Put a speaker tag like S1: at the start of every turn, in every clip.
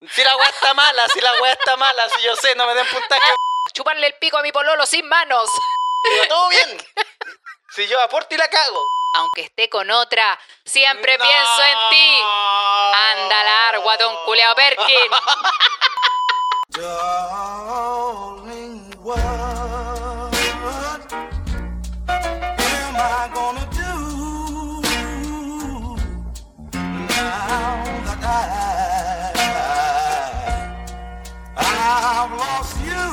S1: Si la weá está mala, si la weá está mala, si yo sé, no me den puntaje.
S2: Chuparle el pico a mi pololo sin manos.
S1: Pero todo bien. Si yo aporto y la cago.
S2: Aunque esté con otra, siempre pienso en ti. Anda a lavar, guatón culeado Perkin.
S3: Darling, what am I gonna do now that I I've lost you?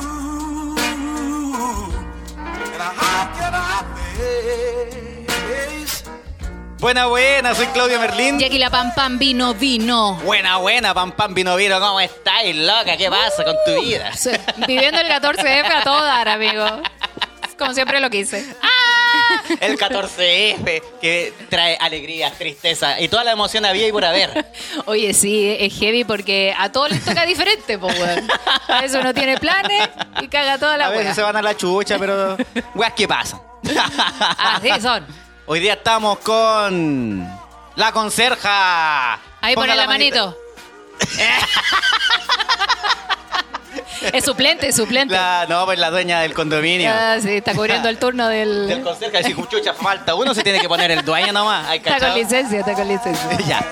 S3: And how can I face?
S1: Buena, buena, soy Claudio Merlín.
S2: Jackie la pam pam vino, vino.
S1: Buena, buena, pam pam vino vino, ¿cómo estáis, loca? ¿Qué pasa con tu vida?
S2: Sí, Viviendo el 14F a todo dar, amigo. Como siempre lo quise.
S1: El 14F que trae alegría, tristeza y toda la emoción había y por haber.
S2: Oye, sí, es heavy porque a todos les toca diferente, pues, weón. A veces uno tiene planes y caga toda la
S1: a veces
S2: wea.
S1: se van a la chucha, pero weas que pasan.
S2: Así Ah, son.
S1: Hoy día estamos con la conserja.
S2: Ahí
S1: Ponga
S2: pone la manito. es suplente, es suplente.
S1: La- no, pues la dueña del condominio.
S2: Ah, sí, está cubriendo el turno del.
S1: Del conserja, si chucha falta uno, se tiene que poner el dueño nomás. ¿Hay
S2: Está con
S1: cachado?
S2: licencia, está con licencia.
S1: Ya.
S3: The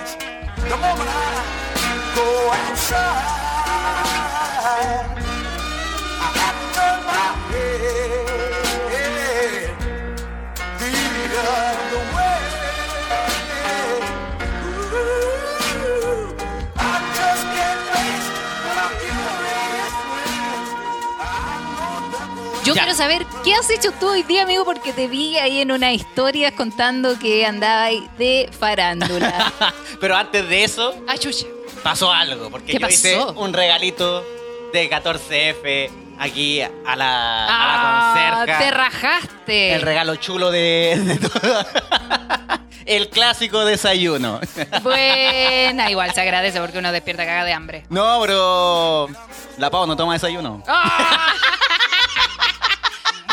S3: moment I go outside, I have to turn my head the other way. Ooh, I just can't face what I'm dealing with. I know that
S2: Yo
S1: Ya.
S2: quiero saber qué has hecho tú hoy día, amigo, porque te vi ahí en unas historias contando que andabas de farándula.
S1: Pero antes de eso,
S2: ah, chucha.
S1: pasó algo, porque
S2: ¿Qué
S1: yo hice
S2: pasó?
S1: un regalito de 14F aquí a la, a la conserja.
S2: Ah, te rajaste.
S1: Ah, El regalo chulo de, de todo. El clásico desayuno.
S2: Buena, igual se agradece porque uno despierta caga de hambre.
S1: No, pero la Pau no toma desayuno.
S2: ¡Ah!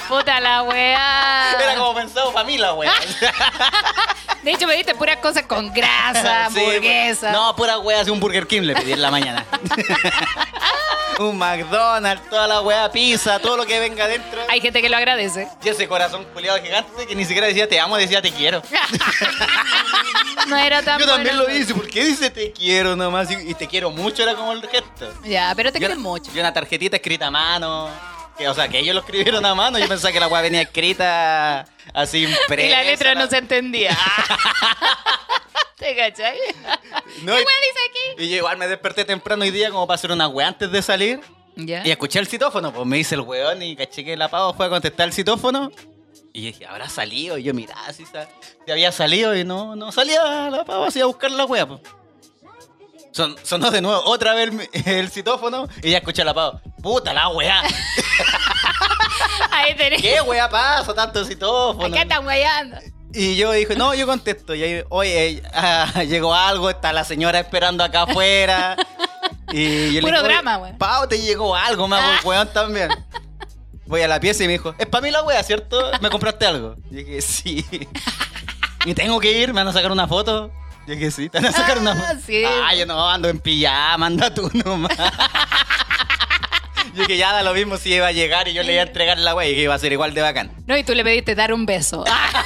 S2: Puta la weá.
S1: Era como pensado para mí la wea.
S2: Ah, De hecho, me diste puras cosas con grasa,
S1: Sí,
S2: hamburguesa.
S1: pues. No, pura wea, de un Burger King le pedí en la mañana. un McDonald's, toda la wea, pizza, todo lo que venga adentro.
S2: Hay gente que lo agradece.
S1: Y ese corazón culiado gigante que ni siquiera decía te amo, decía te quiero.
S2: No era tan
S1: Yo también
S2: bueno.
S1: lo hice, porque dice te quiero nomás? Y, y te quiero mucho era como el gesto.
S2: Ya, pero te
S1: Y
S2: quieren
S1: una-
S2: mucho.
S1: Y una tarjetita escrita a mano. Que, o sea, que ellos lo escribieron a mano. Yo pensaba que la weá venía escrita así impresa.
S2: Y la letra no
S1: la-
S2: se entendía. ¿Te cachai?
S1: No,
S2: ¿Qué
S1: y-
S2: weá dice aquí?
S1: Y yo igual me desperté temprano hoy día como para hacer una weá antes de salir.
S2: Ya.
S1: Y escuché el citófono, pues me hice el weón y caché que la pavo fue a contestar el citófono. Y dije, ¿habrá salido? Y yo miraba si, sa- si había salido y no, no salía la pavo, así a buscar la wea. po. Son, sonó de nuevo otra vez el, mi- el citófono y ya escuché a la pavo. ¡Puta la wea!
S2: Ahí tenés.
S1: ¿Qué wea pasa tanto citófono?
S2: Acá están guayando.
S1: Y yo dije, no, yo contesto. Y ahí, oye, eh, ah, llegó algo, está la señora esperando acá afuera. Y yo le
S2: Puro
S1: digo,
S2: drama,
S1: "Oye,
S2: weón. Ah.
S1: Pau, te llegó algo, me hago el weón también. Voy a la pieza y me dijo, es para mí la wea, ¿cierto? ¿Me compraste algo? Y dije, sí. Y tengo que ir, me van a sacar una foto. Y dije, sí, te van a sacar una
S2: Ah,
S1: foto.
S2: sí.
S1: Ah, yo no, ando en pijama, anda tú nomás. Y dije, ya da lo mismo si iba a llegar y yo le iba a entregar la wea y que iba a ser igual de bacán.
S2: No, y tú le pediste dar un beso. Ah,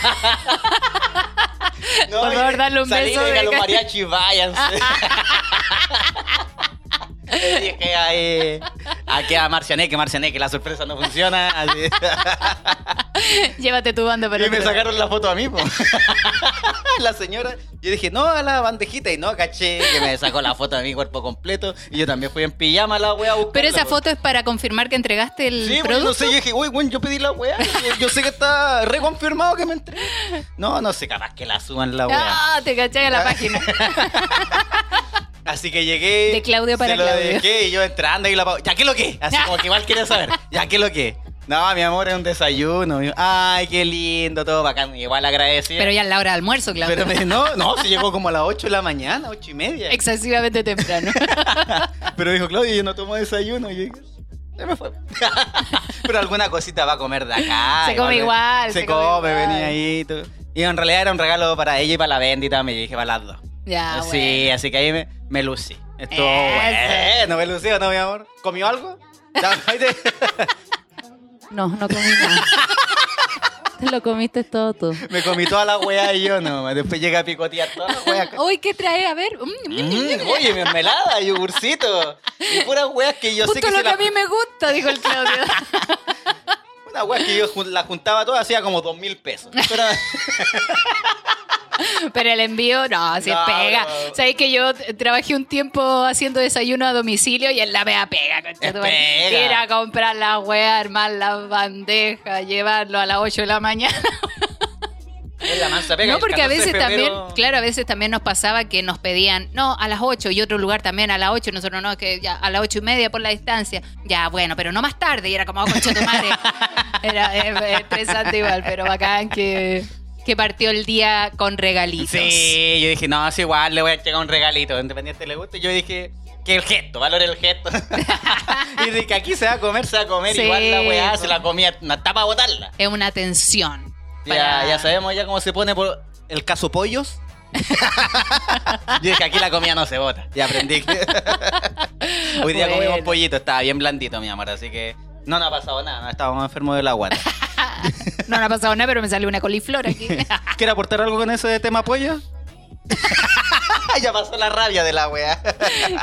S1: No,
S2: Por favor, dale un
S1: salí
S2: beso
S1: y diga
S2: de
S1: los
S2: ca-
S1: mariachi, váyanse. Le dije ahí, aquí a Marciané, que Marciané, que la sorpresa no funciona. así.
S2: llévate tu banda para
S1: y me
S2: otro lado.
S1: sacaron la foto a mí, po. la señora. Yo dije, no, a la bandejita. Y no, caché, que me sacó la foto de mi cuerpo completo. Y yo también fui en pijama a la wea a buscarla,
S2: Pero esa
S1: po.
S2: foto es para confirmar que entregaste el
S1: Sí, pues, yo
S2: producto.
S1: no sé, yo dije, uy, bueno, yo pedí la wea. Yo, yo sé que está reconfirmado que me entré. No, no sé, capaz que la suban la wea.
S2: Ah, te cachai a la
S1: Ah.
S2: página.
S1: Así que llegué.
S2: De Claudio para
S1: se lo
S2: Claudio.
S1: dejé y yo entrando y la pau- ¿Ya qué lo que? Así como que igual quería saber. ¿Ya qué lo que? No, mi amor, es un desayuno. Y yo, Ay, qué lindo, todo bacán. Igual agradecido.
S2: Pero ya es la hora de almuerzo, claro.
S1: Pero me- no, no, se llegó como a las 8 de la mañana, 8 y media.
S2: Excesivamente temprano.
S1: Pero dijo, Claudio, yo no tomo desayuno. Y yo dije, se me fue. Pero alguna cosita va a comer de acá.
S2: Se come igual,
S1: Se,
S2: se come
S1: come,
S2: igual.
S1: venía ahí. todo. Y en realidad era un regalo para ella y para la bendita, me dije, para las dos.
S2: ya,
S1: Eh, sí,
S2: Ah, bueno.
S1: así que ahí me, me lucí. Esto, bueno, Lucio, ¿no, mi amor? ¿Comió algo? Ya, ahí te-
S4: No, no comí nada. Te lo comiste todo tú.
S1: Me comí toda la weá y yo no. Después llega a picotear toda la weá.
S2: Ah, Uy, ¿qué trae? A ver. mm,
S1: Mm, oye, mermelada, yogurcito. Y puras weas que yo sé
S2: Justo
S1: que
S2: lo
S1: se
S2: que
S1: la-
S2: a mí me gusta, dijo el Claudio.
S1: Una wea que yo jun- la juntaba toda, hacía como dos mil pesos. Pero-
S2: Pero el envío, no, se
S1: No,
S2: pega.
S1: no.
S2: Sabes que yo t- trabajé un tiempo haciendo desayuno a domicilio y en la mea pega, conchetumare.
S1: pega.
S2: Ir a comprar la wea, armar las bandejas, llevarlo a las 8 de la mañana.
S1: es la mansa pega.
S2: no,
S1: el
S2: porque a
S1: 14 de
S2: veces también,
S1: febrero-
S2: claro, a veces también nos pasaba que nos pedían, no, a las 8 y otro lugar también a las 8, nosotros no, que ya a las 8 y media por la distancia. Ya, bueno, pero no más tarde, y era como, oh, conchetumare. era eh, estresante igual, pero bacán que, que partió el día con regalitos.
S1: Sí, yo dije, no, sí, igual le voy a entregar un regalito, independiente le guste. Yo dije, que el gesto, valore el gesto. y dije, aquí se va a comer, se va a comer.
S2: Sí,
S1: Igual la weá
S2: pues.
S1: se la comía, una tapa a botarla.
S2: es una tensión.
S1: Ya, ya sabemos ya cómo se pone por el caso pollos. Yo dije, aquí la comida no se bota. Ya aprendí. que- Hoy día
S2: Bueno.
S1: comimos pollito, estaba bien blandito, mi amor, así que no nos ha pasado nada, no estábamos enfermos de la guata.
S2: No, no ha pasado nada, pero me salió una coliflor aquí.
S1: ¿Quieres aportar algo con eso de tema pollo? ya pasó la rabia de la weá.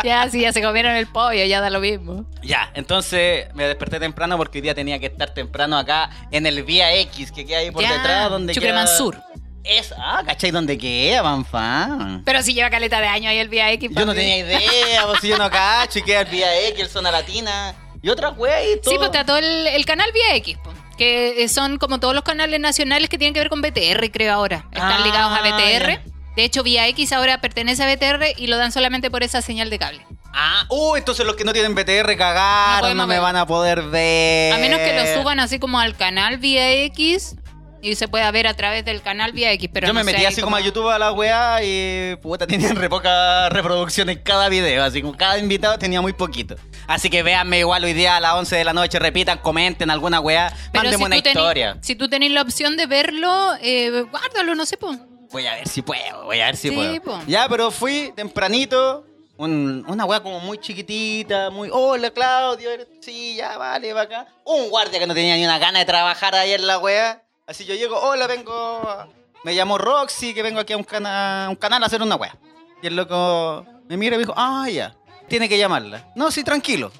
S2: ya, sí, ya se comieron el pollo, ya da lo mismo.
S1: Ya, entonces me desperté temprano porque hoy día tenía que estar temprano acá en el Vía X que queda ahí por
S2: Ya,
S1: detrás donde
S2: Chucreman
S1: queda-
S2: Sur.
S1: Es, ah, ¿cachai? ¿Dónde queda, Banfan?
S2: Pero si lleva caleta de años ahí el VIX.
S1: Yo no
S2: papi.
S1: tenía idea, pues si yo no cacho, y queda el Vía X, el Zona Latina y otra wea y todo.
S2: Sí, pues trató el, el canal VIX, po, que eh, son como todos los canales nacionales que tienen que ver con BTR, creo ahora. Están
S1: Ah,
S2: ligados a BTR.
S1: ya.
S2: De hecho, VIX ahora pertenece a BTR y lo dan solamente por esa señal de cable.
S1: Ah, uh, entonces los que no tienen BTR cagaron,
S2: podemos
S1: no, me
S2: ver.
S1: van a poder ver.
S2: A menos que
S1: Eh.
S2: lo suban así como al canal VIX y se pueda ver a través del canal VIX. Pero
S1: yo me
S2: no sé
S1: metí
S2: ahí
S1: así como a
S2: cómo-
S1: YouTube a la weá y puta, tenían re poca reproducción en cada video, así como cada invitado tenía muy poquito. Así que véanme igual hoy día a las 11 de la noche, repitan, comenten alguna weá, mándenme una
S2: tú tení-
S1: historia.
S2: si tú tenés la opción de verlo, eh, guárdalo, no sé, po.
S1: Voy a ver si puedo, voy a ver si
S2: Sí,
S1: puedo.
S2: po.
S1: Ya, pero fui tempranito, un- una weá como muy chiquitita, muy, hola Claudio, eres- sí, ya vale, va acá. Un guardia que no tenía ni una gana de trabajar ahí en la weá. Así yo llego, hola, vengo, a- me llamo Roxy, que vengo aquí a un, cana- un canal a hacer una weá. Y el loco me mira y me dijo, ah, ya, tiene que llamarla. No, sí, tranquilo.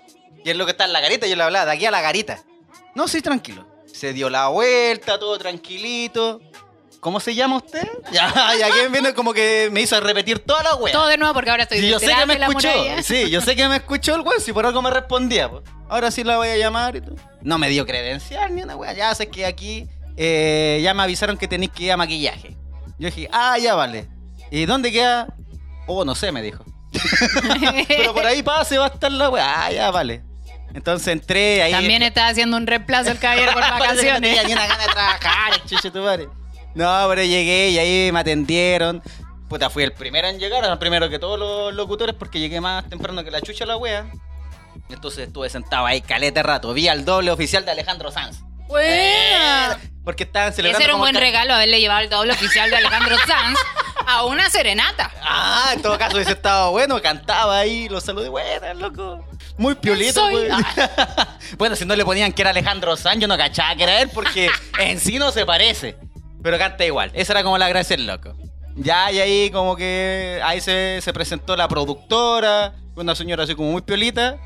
S1: Y el loco está en la garita, yo le hablaba, de aquí a la garita. No, sí, tranquilo. Se dio la vuelta, todo tranquilito. ¿Cómo se llama usted? Ya, ya que viene como que me hizo repetir toda la wea.
S2: Todo de nuevo porque ahora estoy
S1: Sí, yo sé
S2: detrás
S1: que me
S2: de la
S1: escuchó.
S2: muralla.
S1: Sí, yo sé que me escuchó el weón, si por algo me respondía. po. Ahora sí la voy a llamar y todo. No me dio credencial ni una wea. Ya sé que aquí eh, ya me avisaron que tenéis que ir a maquillaje. Yo dije, ah, ya vale. ¿Y dónde queda? Oh, no sé, me dijo. Pero por ahí pase, va a estar la wea. Ah, ya vale. Entonces entré ahí.
S2: También está haciendo un reemplazo el caballero por
S1: Parece que no
S2: vacaciones.
S1: tenía ni una gana de trabajar, el chucho tu madre. No, pero llegué y ahí me atendieron. Puta, fui el primero en llegar, el primero que todos los locutores, porque llegué más temprano que la chucha la wea. Entonces estuve sentado ahí caleta rato. Vi al doble oficial de Alejandro Sanz. Eh.
S2: Buena.
S1: Porque estaban celebrando.
S2: Ese era un
S1: como
S2: buen
S1: el ca-
S2: regalo haberle llevado el doble oficial de Alejandro Sanz a una serenata.
S1: Ah, en todo caso hubiese estado bueno, cantaba ahí, lo saludé, bueno, loco. Muy piolito,
S2: Soy-
S1: pues. Bueno, si no le ponían que era Alejandro Sanz, yo no cachaba que era él porque en sí no se parece. Pero canta igual. Esa era como la gracia del loco. Ya, y ahí como que ahí se, se presentó la productora, una señora así como muy piolita.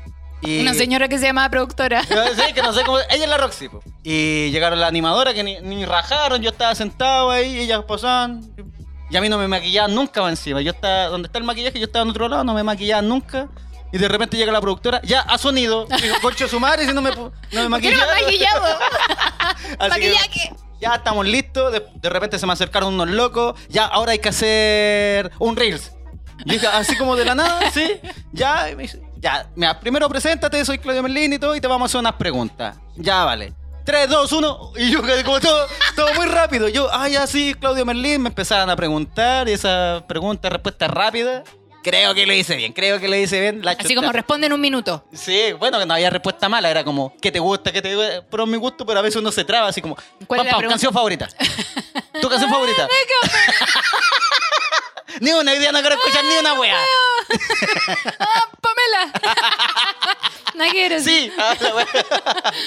S1: Y
S2: Una señora que se llamaba productora.
S1: yo sé que no sé cómo. Ella es la Roxy, po. Y llegaron la animadora que ni, ni rajaron. Yo estaba sentado ahí, ellas pasaban. Y a mí no me maquillaban nunca más encima. Yo estaba, donde está el maquillaje, yo estaba en otro lado, no me maquillaban nunca. Y de repente llega la productora, ya ha sonido. Y Digo, concho su madre, si no me, no me
S2: ¿Por qué no me
S1: maquillaron".
S2: has maquillado?
S1: Así que-
S2: Maquillaje.
S1: ya estamos listos. De, de repente se me acercaron unos locos. Ya ahora hay que hacer un Reels. Y dije, así como de la nada, sí. Ya, y me dice, ya, mira, primero preséntate, soy Claudio Merlín y todo, y te vamos a hacer unas preguntas. Ya, vale. 3, 2, 1, y yo quedé como todo, todo muy rápido. Yo, ah, ya sí, Claudio Merlín, me empezaron a preguntar, y esa pregunta, respuesta rápida. Creo que lo hice bien, creo que lo hice bien. La
S2: Así
S1: chuta-
S2: como responde en un minuto.
S1: Sí, bueno, que no había respuesta mala, era como, ¿qué te gusta? ¿Qué te gusta? Pero mi gusto, pero a veces uno se traba, así como,
S2: ¿Cuál es
S1: "Pam,
S2: la
S1: pam,
S2: pregunta?
S1: canción favorita. ¿Tu canción favorita? Ni una idea, no quiero escuchar ni una wea.
S2: ¡Ah, Pamela! no quiero.
S1: Sí, ah, la wea.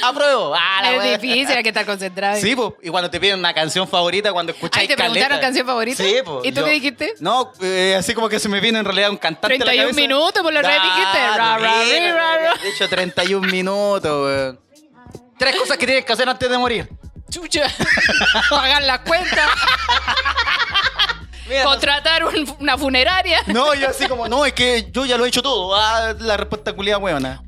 S1: apruebo. Ah, la
S2: es
S1: wea.
S2: difícil, hay que estar concentrado.
S1: Sí, po. y cuando te piden una canción favorita, cuando escucháis
S2: Ay, ¿te
S1: caleta.
S2: preguntaron canción favorita?
S1: Sí, po.
S2: ¿Y tú
S1: Yo-
S2: qué dijiste?
S1: No, eh, así como que se me vino en realidad un cantante a la
S2: 31
S1: cabeza.
S2: minutos, por lo
S1: Ah,
S2: red dijiste. Ra, ra, ri, ra, ra.
S1: De hecho, 31 minutos, weón. Tres cosas que tienes que hacer antes de morir.
S2: Chucha. Pagar las cuentas.
S1: Mira, no-
S2: contratar un- una funeraria.
S1: No, yo así como, no, es que yo ya lo he hecho todo. Ah, la respuesta culiada huevona.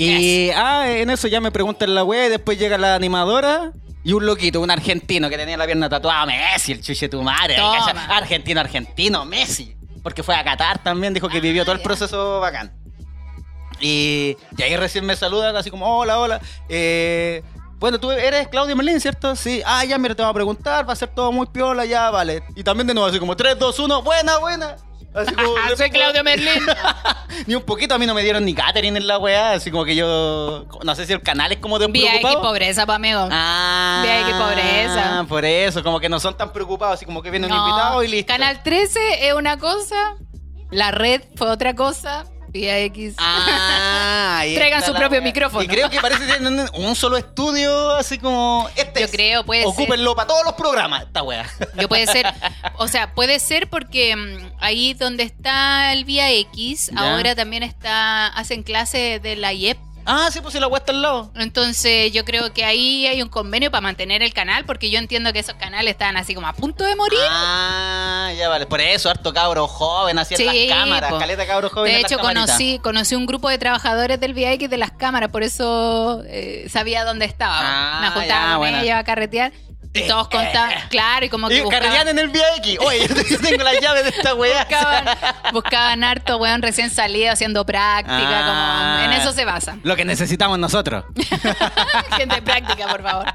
S1: Y ah, en eso ya me preguntan la wea y después llega la animadora y un loquito, un argentino que tenía la pierna tatuada, Messi, el chuche tu madre.
S2: Toma.
S1: ¿cachai? Argentino, argentino, Messi. Porque fue a Qatar también, dijo que vivió todo el proceso bacán. Y, y ahí recién me saludan así como, hola, hola. Eh, bueno, tú eres Claudia Merlin, ¿cierto? Sí. Ah, ya, mira, te va a preguntar, va a ser todo muy piola, ya, vale. Y también de nuevo, así como 3, 2, 1, buena, buena. Así como,
S2: Ah, Soy Claudio Merlín.
S1: ni un poquito, a mí no me dieron ni catering en la weá, así como que yo, no sé si el canal es como de un
S2: VIP
S1: preocupado.
S2: pobreza, pa' amigo.
S1: Ah,
S2: VIP pobreza.
S1: Por eso, como que no son tan preocupados, así como que viene un
S2: No,
S1: invitado y listo.
S2: Canal 13 es una cosa, la red fue otra cosa, VIX.
S1: Ah, ahí
S2: Traigan
S1: está
S2: su
S1: la
S2: propio
S1: weá.
S2: micrófono.
S1: Y creo que parece que tienen un solo estudio, así como este.
S2: Yo
S1: es.
S2: creo, puede ser.
S1: Ocúpenlo para todos los programas, esta weá.
S2: Yo puede ser, o sea, puede ser porque mm, ahí donde está el VIX,
S1: Ya.
S2: ahora también está hacen clases de la IEP.
S1: Ah, sí, pues si la weá está al lado.
S2: Entonces yo creo que ahí hay un convenio para mantener el canal, porque yo entiendo que esos canales estaban así como a punto de morir.
S1: Ah, ya vale. Por eso, harto cabro joven, así en
S2: Sí,
S1: las cámaras.
S2: po.
S1: Caleta cabro joven.
S2: De
S1: en las
S2: hecho,
S1: camaritas.
S2: conocí, conocí un grupo de trabajadores del VIX de las cámaras, por eso eh, sabía dónde estaba.
S1: Ah,
S2: Nos juntábamos
S1: ya,
S2: con
S1: bueno. Eh,
S2: ellos a carretear y todos contaban, claro, y como que
S1: Y
S2: buscaban,
S1: carretean en el VX. Oye, yo tengo las llaves de esta weá.
S2: buscaban, buscaban harto, weón, recién salido haciendo práctica,
S1: Ah.
S2: como en eso se basan.
S1: Lo que necesitamos nosotros.
S2: Gente práctica, por favor.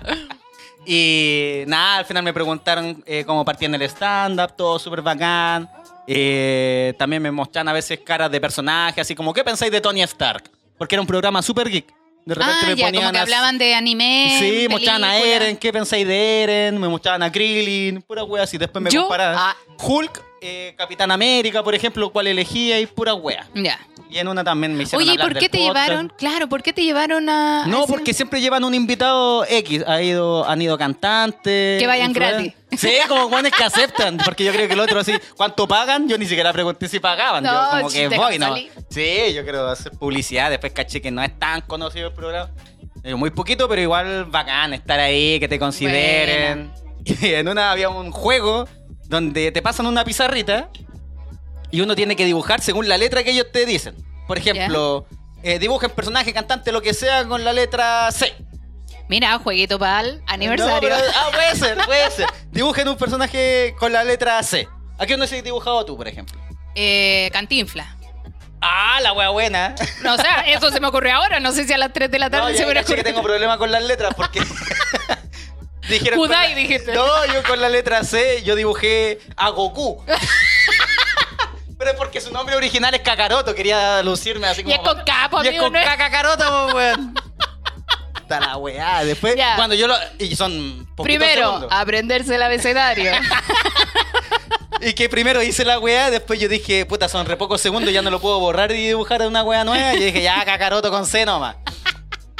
S1: Y nada, al final me preguntaron eh, cómo partían el stand-up, todo súper bacán. Eh, también me mostraron a veces caras de personajes, así como, ¿qué pensáis de Tony Stark? Porque era un programa súper geek. De repente
S2: Ah,
S1: me
S2: ya,
S1: ponían
S2: como que
S1: a-
S2: hablaban de anime.
S1: Sí, mostraban
S2: mochaban
S1: a Eren, ¿qué pensáis de Eren? Me mostraban a Krillin, pura wea así. Después me
S2: Yo-
S1: comparaban.
S2: ah.
S1: Hulk, eh, Capitán América, por ejemplo, cuál elegía y pura wea.
S2: Ya.
S1: Y en una también me hicieron
S2: Oye, ¿y
S1: hablar
S2: por
S1: del
S2: qué te
S1: podcast.
S2: llevaron? Claro, ¿por qué te llevaron a.? a
S1: No,
S2: ese-
S1: porque siempre llevan un invitado X. Ha ido, han ido cantantes.
S2: Que vayan
S1: influen- Sí, como guanes que aceptan. Porque yo creo que el otro así, ¿cuánto pagan? Yo ni siquiera pregunté si pagaban.
S2: No,
S1: yo como que
S2: chiste,
S1: voy, ¿no?
S2: Gonzalo.
S1: Sí, yo creo hacer publicidad. Después caché que no es tan conocido el programa. Eh, Muy poquito, pero igual bacán estar ahí, que te consideren. Y en una había un juego donde te pasan una pizarrita y uno tiene que dibujar según la letra que ellos te dicen. Por ejemplo, eh, dibujen personaje, cantante, lo que sea con la letra C.
S2: Mira, jueguito para el aniversario.
S1: No, pero- ah, puede ser, puede ser. Dibujen un personaje con la letra C. ¿A qué uno se dibujado tú, por ejemplo?
S2: Eh, cantinfla.
S1: Ah, la wea buena.
S2: No, o sea, eso se me ocurrió ahora. No sé si a las 3 de la
S1: No,
S2: tarde
S1: yo
S2: se me
S1: caché que
S2: ocurrió.
S1: tengo problemas con las letras porque. Dijeron con
S2: Kudai,
S1: la-
S2: dijiste.
S1: No, yo con la letra C yo dibujé a Goku. Pero es porque su nombre original es Kakaroto, quería lucirme así
S2: Y
S1: como.
S2: es con capo,
S1: Y es
S2: amigo.
S1: con
S2: no Pues es-
S1: K Kakaroto, po, weón. Está la weá. Después,
S2: Ya.
S1: cuando yo lo. Y son. poquitos
S2: Primero, ah.
S1: segundos.
S2: aprenderse el abecedario.
S1: Y que primero hice la weá, después yo dije, puta, son re pocos segundos, ya no lo puedo borrar y dibujar una weá nueva. Y yo dije, ya, cacaroto con C nomás.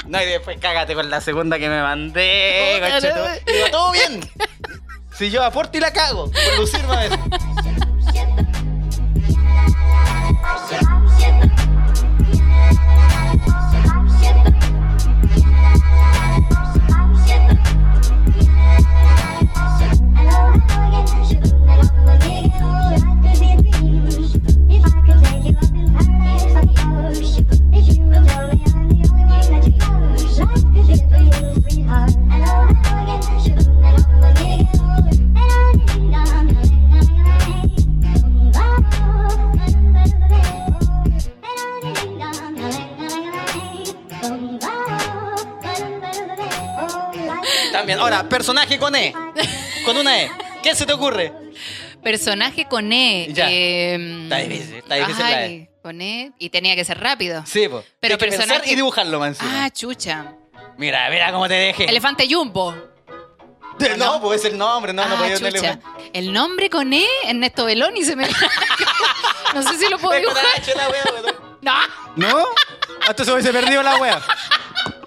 S1: No, y después cágate con la segunda que me mandé,
S2: Puta,
S1: coche,
S2: no.
S1: todo- Digo, todo bien. Si yo aporto y la cago, por lucirme a veces. También, ahora, personaje con E. Con una E. ¿Qué se te ocurre?
S2: Personaje con E.
S1: Ya.
S2: em,
S1: Está difícil, está difícil la
S2: ay, Con E. Y tenía que ser rápido.
S1: Sí, pues.
S2: Pero personaje-
S1: y dibujarlo, man. encima.
S2: Ah, chucha.
S1: Mira, mira cómo te dejé.
S2: Elefante jumbo.
S1: De- no, pues es el nombre, no, no
S2: Ah,
S1: podía
S2: chucha.
S1: tener.
S2: El nombre con E, Ernesto Beloni, se me. no sé si lo puedo dibujar. No,
S1: Pues ¿No? Entonces hubiese perdido la wea.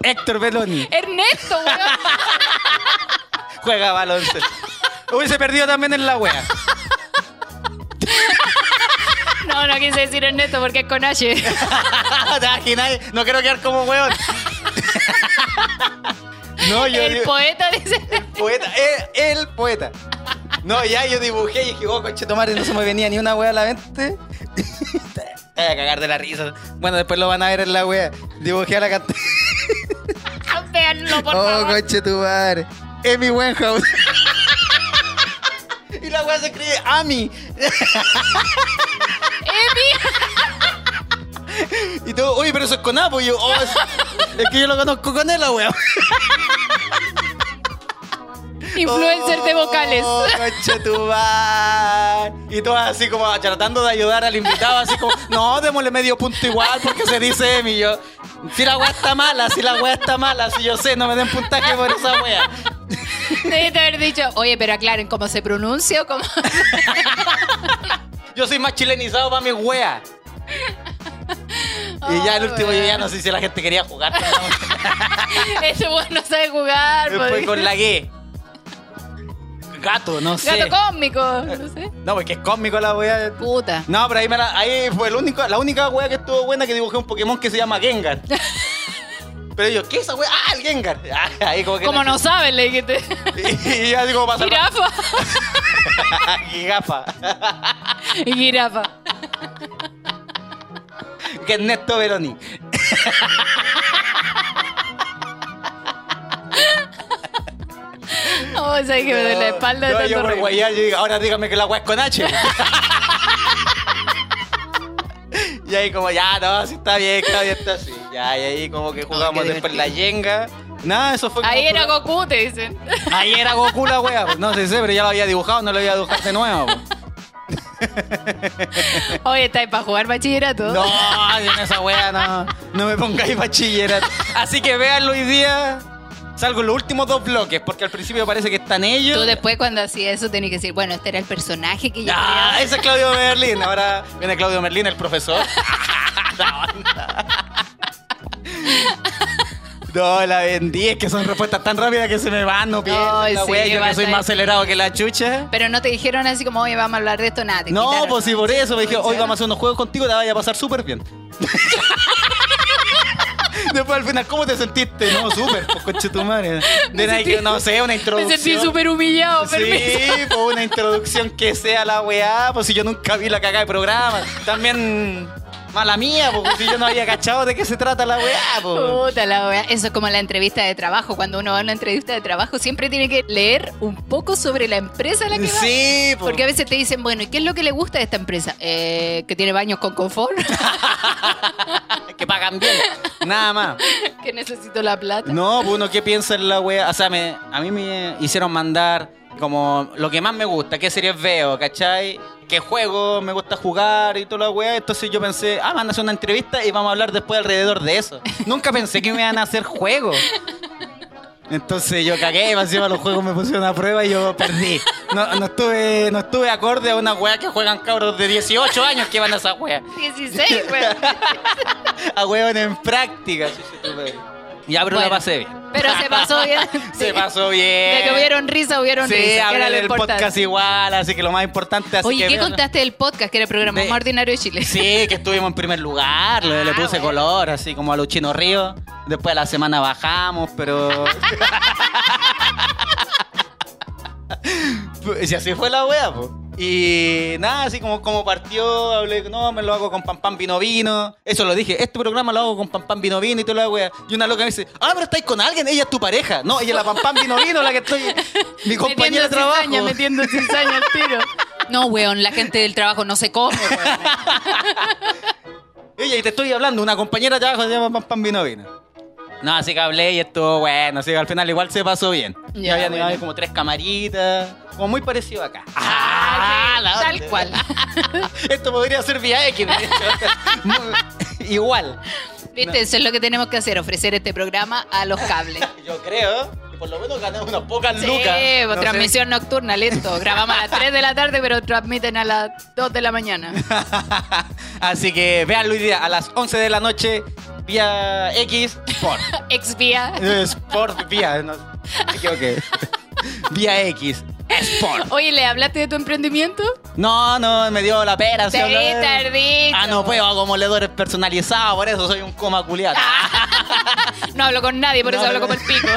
S1: Héctor Beloni
S2: Ernesto, weón.
S1: juega baloncesto. Hubiese perdido también en la wea.
S2: No, no quise decir Ernesto porque es con H.
S1: ¿Te imaginas? No quiero quedar como weón. No, yo.
S2: El
S1: digo-
S2: poeta dice.
S1: poeta, eh, el, el poeta. No, ya yo dibujé y dije, oh, conchetomare, no se me venía ni una wea a la mente. Te voy a cagar de la risa. Bueno, después lo van a ver en la wea. Dibujé a la cantante.
S2: Véanlo, por
S1: oh,
S2: favor.
S1: coche tu madre. Amy Winehouse. y la wea se escribe Amy. Y tú, oye, pero eso es con Apo. Y yo, oh, es, es que yo lo conozco con él, la wea.
S2: Influencer de vocales.
S1: Oh, conchetumar. Y todas así como tratando de ayudar al invitado, así como, no, démosle medio punto igual porque se dice Emi. Y Yo, si la weá está mala, si la weá está mala, si yo sé, no me den puntaje por esa weá.
S2: Debiste haber dicho, oye, pero aclaren cómo se pronuncia o cómo.
S1: Yo soy más chilenizado para mi wea. Y ya el
S2: Oh,
S1: último, yo ya no sé si la gente quería jugar. pero no.
S2: Ese Este weón no sabe jugar.
S1: Después
S2: porque-
S1: con la G. Gato, no sé.
S2: Gato cósmico. No sé.
S1: No, porque es cósmico la weá.
S2: Puta.
S1: No, pero ahí, me la- ahí fue el único, la única wea que estuvo buena que dibujé un Pokémon que se llama Gengar. Pero yo, ¿qué es esa wea? Ah, el Gengar. Ah, ahí como que
S2: Como no saben, le dijiste.
S1: Y, y ya digo, pasa.
S2: Jirafa.
S1: "Ah, Gigafa.
S2: Jirafa.
S1: Que Ernesto Veroni.
S2: Oh, sabes que me duele la espalda de
S1: No,
S2: tanto
S1: yo por
S2: reír.
S1: guayar, yo digo, ahora dígame que la wea es con H. y ahí como, ya, no, si está bien, Claudia, está así. Ya, y ahí como que jugamos
S2: qué
S1: después la Yenga. Nada, eso fue como
S2: Ahí era
S1: pura-
S2: Goku, te dicen.
S1: Ahí era Goku la wea. pues. No sé, sé, pero ya lo había dibujado, no lo había dibujado de nuevo. pues.
S2: Oye, estáis para jugar bachillerato.
S1: No, en esa wea no. No me pongáis bachillerato. Así que véanlo hoy día. Salgo en los últimos dos bloques, porque al principio parece que están ellos.
S2: Tú después cuando hacías eso tenías que decir, bueno, este era el personaje que yo
S1: Ah,
S2: creaba.
S1: ese es Claudio Merlín. Ahora viene Claudio Merlín, el profesor. No, la vendí. Es que son respuestas tan rápidas que se me van. No pienso.
S2: Ay,
S1: la
S2: sí,
S1: wea, yo que soy
S2: basta.
S1: más acelerado que la chucha.
S2: Pero no te dijeron así como, oye, vamos a hablar de esto, nada. te
S1: No,
S2: quitaron.
S1: pues sí, por eso me dije, hoy
S2: Funciona.
S1: vamos a hacer unos juegos contigo, te vaya a pasar súper bien. Después al final, ¿cómo te sentiste? No, súper, pues conche tu madre. De nada que, no sé, una
S2: Me
S1: introducción.
S2: sentí súper humillado, permiso.
S1: Sí, pues una introducción que sea la weá, pues si yo nunca vi la cagada de programa. También mala mía, pues si yo no había cachado de qué se trata la weá, pues.
S2: Puta la wea. Eso es como la entrevista de trabajo. Cuando uno va a una entrevista de trabajo, siempre tiene que leer un poco sobre la empresa a la que va.
S1: Sí, pues.
S2: Porque a veces te dicen, bueno, ¿y qué es lo que le gusta de esta empresa? Eh, que tiene baños con confort,
S1: que pagan bien. Nada más.
S2: que necesito la plata.
S1: No, pues uno qué piensa en la wea. O sea, me- a mí me hicieron mandar como lo que más me gusta, qué series veo, ¿cachai? ¿Qué juego me gusta jugar y toda la wea? Entonces yo pensé, ah, van a hacer una entrevista y vamos a hablar después alrededor de eso. Nunca pensé que me iban a hacer juegos. Entonces yo cagué, más encima los juegos me pusieron a prueba y yo perdí. No, no estuve, no estuve acorde a una wea que juegan cabros de 18 años que van a esa wea.
S2: 16, weón.
S1: A weón en práctica. Ya, pero la
S2: Bueno.
S1: pasé bien.
S2: Pero se pasó bien.
S1: Se pasó bien.
S2: De que hubieron risa, hubieron
S1: Eh, Sí,
S2: risa. que era
S1: hablé
S2: lo
S1: del
S2: importante.
S1: podcast igual, así que lo más importante. Así
S2: Oye,
S1: que
S2: ¿qué
S1: vean-
S2: contaste del podcast que era el programa
S1: De-
S2: más ordinario de Chile?
S1: Sí, que estuvimos en primer lugar, le, le
S2: Ah,
S1: puse
S2: bueno.
S1: color, así como a Luchino Río. Después de la semana bajamos, pero. si así fue la wea, pues. Y nada, así como, como partió, hablé, no, me lo hago con pan pan vino vino. Eso lo dije, este programa lo hago con pan pan vino vino y toda la wea. Y una loca me dice, ah, pero estáis con alguien, ella es tu pareja. No, ella es la pan pan vino vino, la que estoy. Mi compañera de trabajo.
S2: cizaña, metiendo cizaña al tiro. No, weón, la gente del trabajo no se come, weón.
S1: Oye, y te estoy hablando, una compañera de trabajo se llama Pam Pam Vino Vino. No, así que hablé y estuvo bueno, así que al final igual se pasó bien. Ya,
S2: Ya,
S1: habían
S2: bueno.
S1: había como tres camaritas, como muy parecido acá.
S2: Ah,
S1: la
S2: Tal
S1: onda.
S2: cual.
S1: Esto podría ser vía X, de hecho. Muy- igual.
S2: Viste, eso es lo que tenemos que hacer, ofrecer este programa a los cables.
S1: Yo creo. por lo menos ganar unas pocas
S2: Sí,
S1: lucas.
S2: pues,
S1: No sé.
S2: transmisión nocturna, listo. Grabamos a las 3 de la tarde, pero transmiten a las 2 de la mañana.
S1: Así que vean hoy día a las 11 de la noche vía X Sport.
S2: Exvía.
S1: Eh, Sport vía. No, me equivoqué. vía X Sport.
S2: Oye, ¿le hablaste de tu emprendimiento?
S1: No, no, me dio la pera.
S2: Te
S1: sí,
S2: vi
S1: hablar.
S2: tardito.
S1: Ah, no puedo, hago moledores personalizados, por eso soy un coma culiado.
S2: No hablo con nadie, por
S1: pues. No,
S2: eso hablo
S1: no.
S2: como el pico.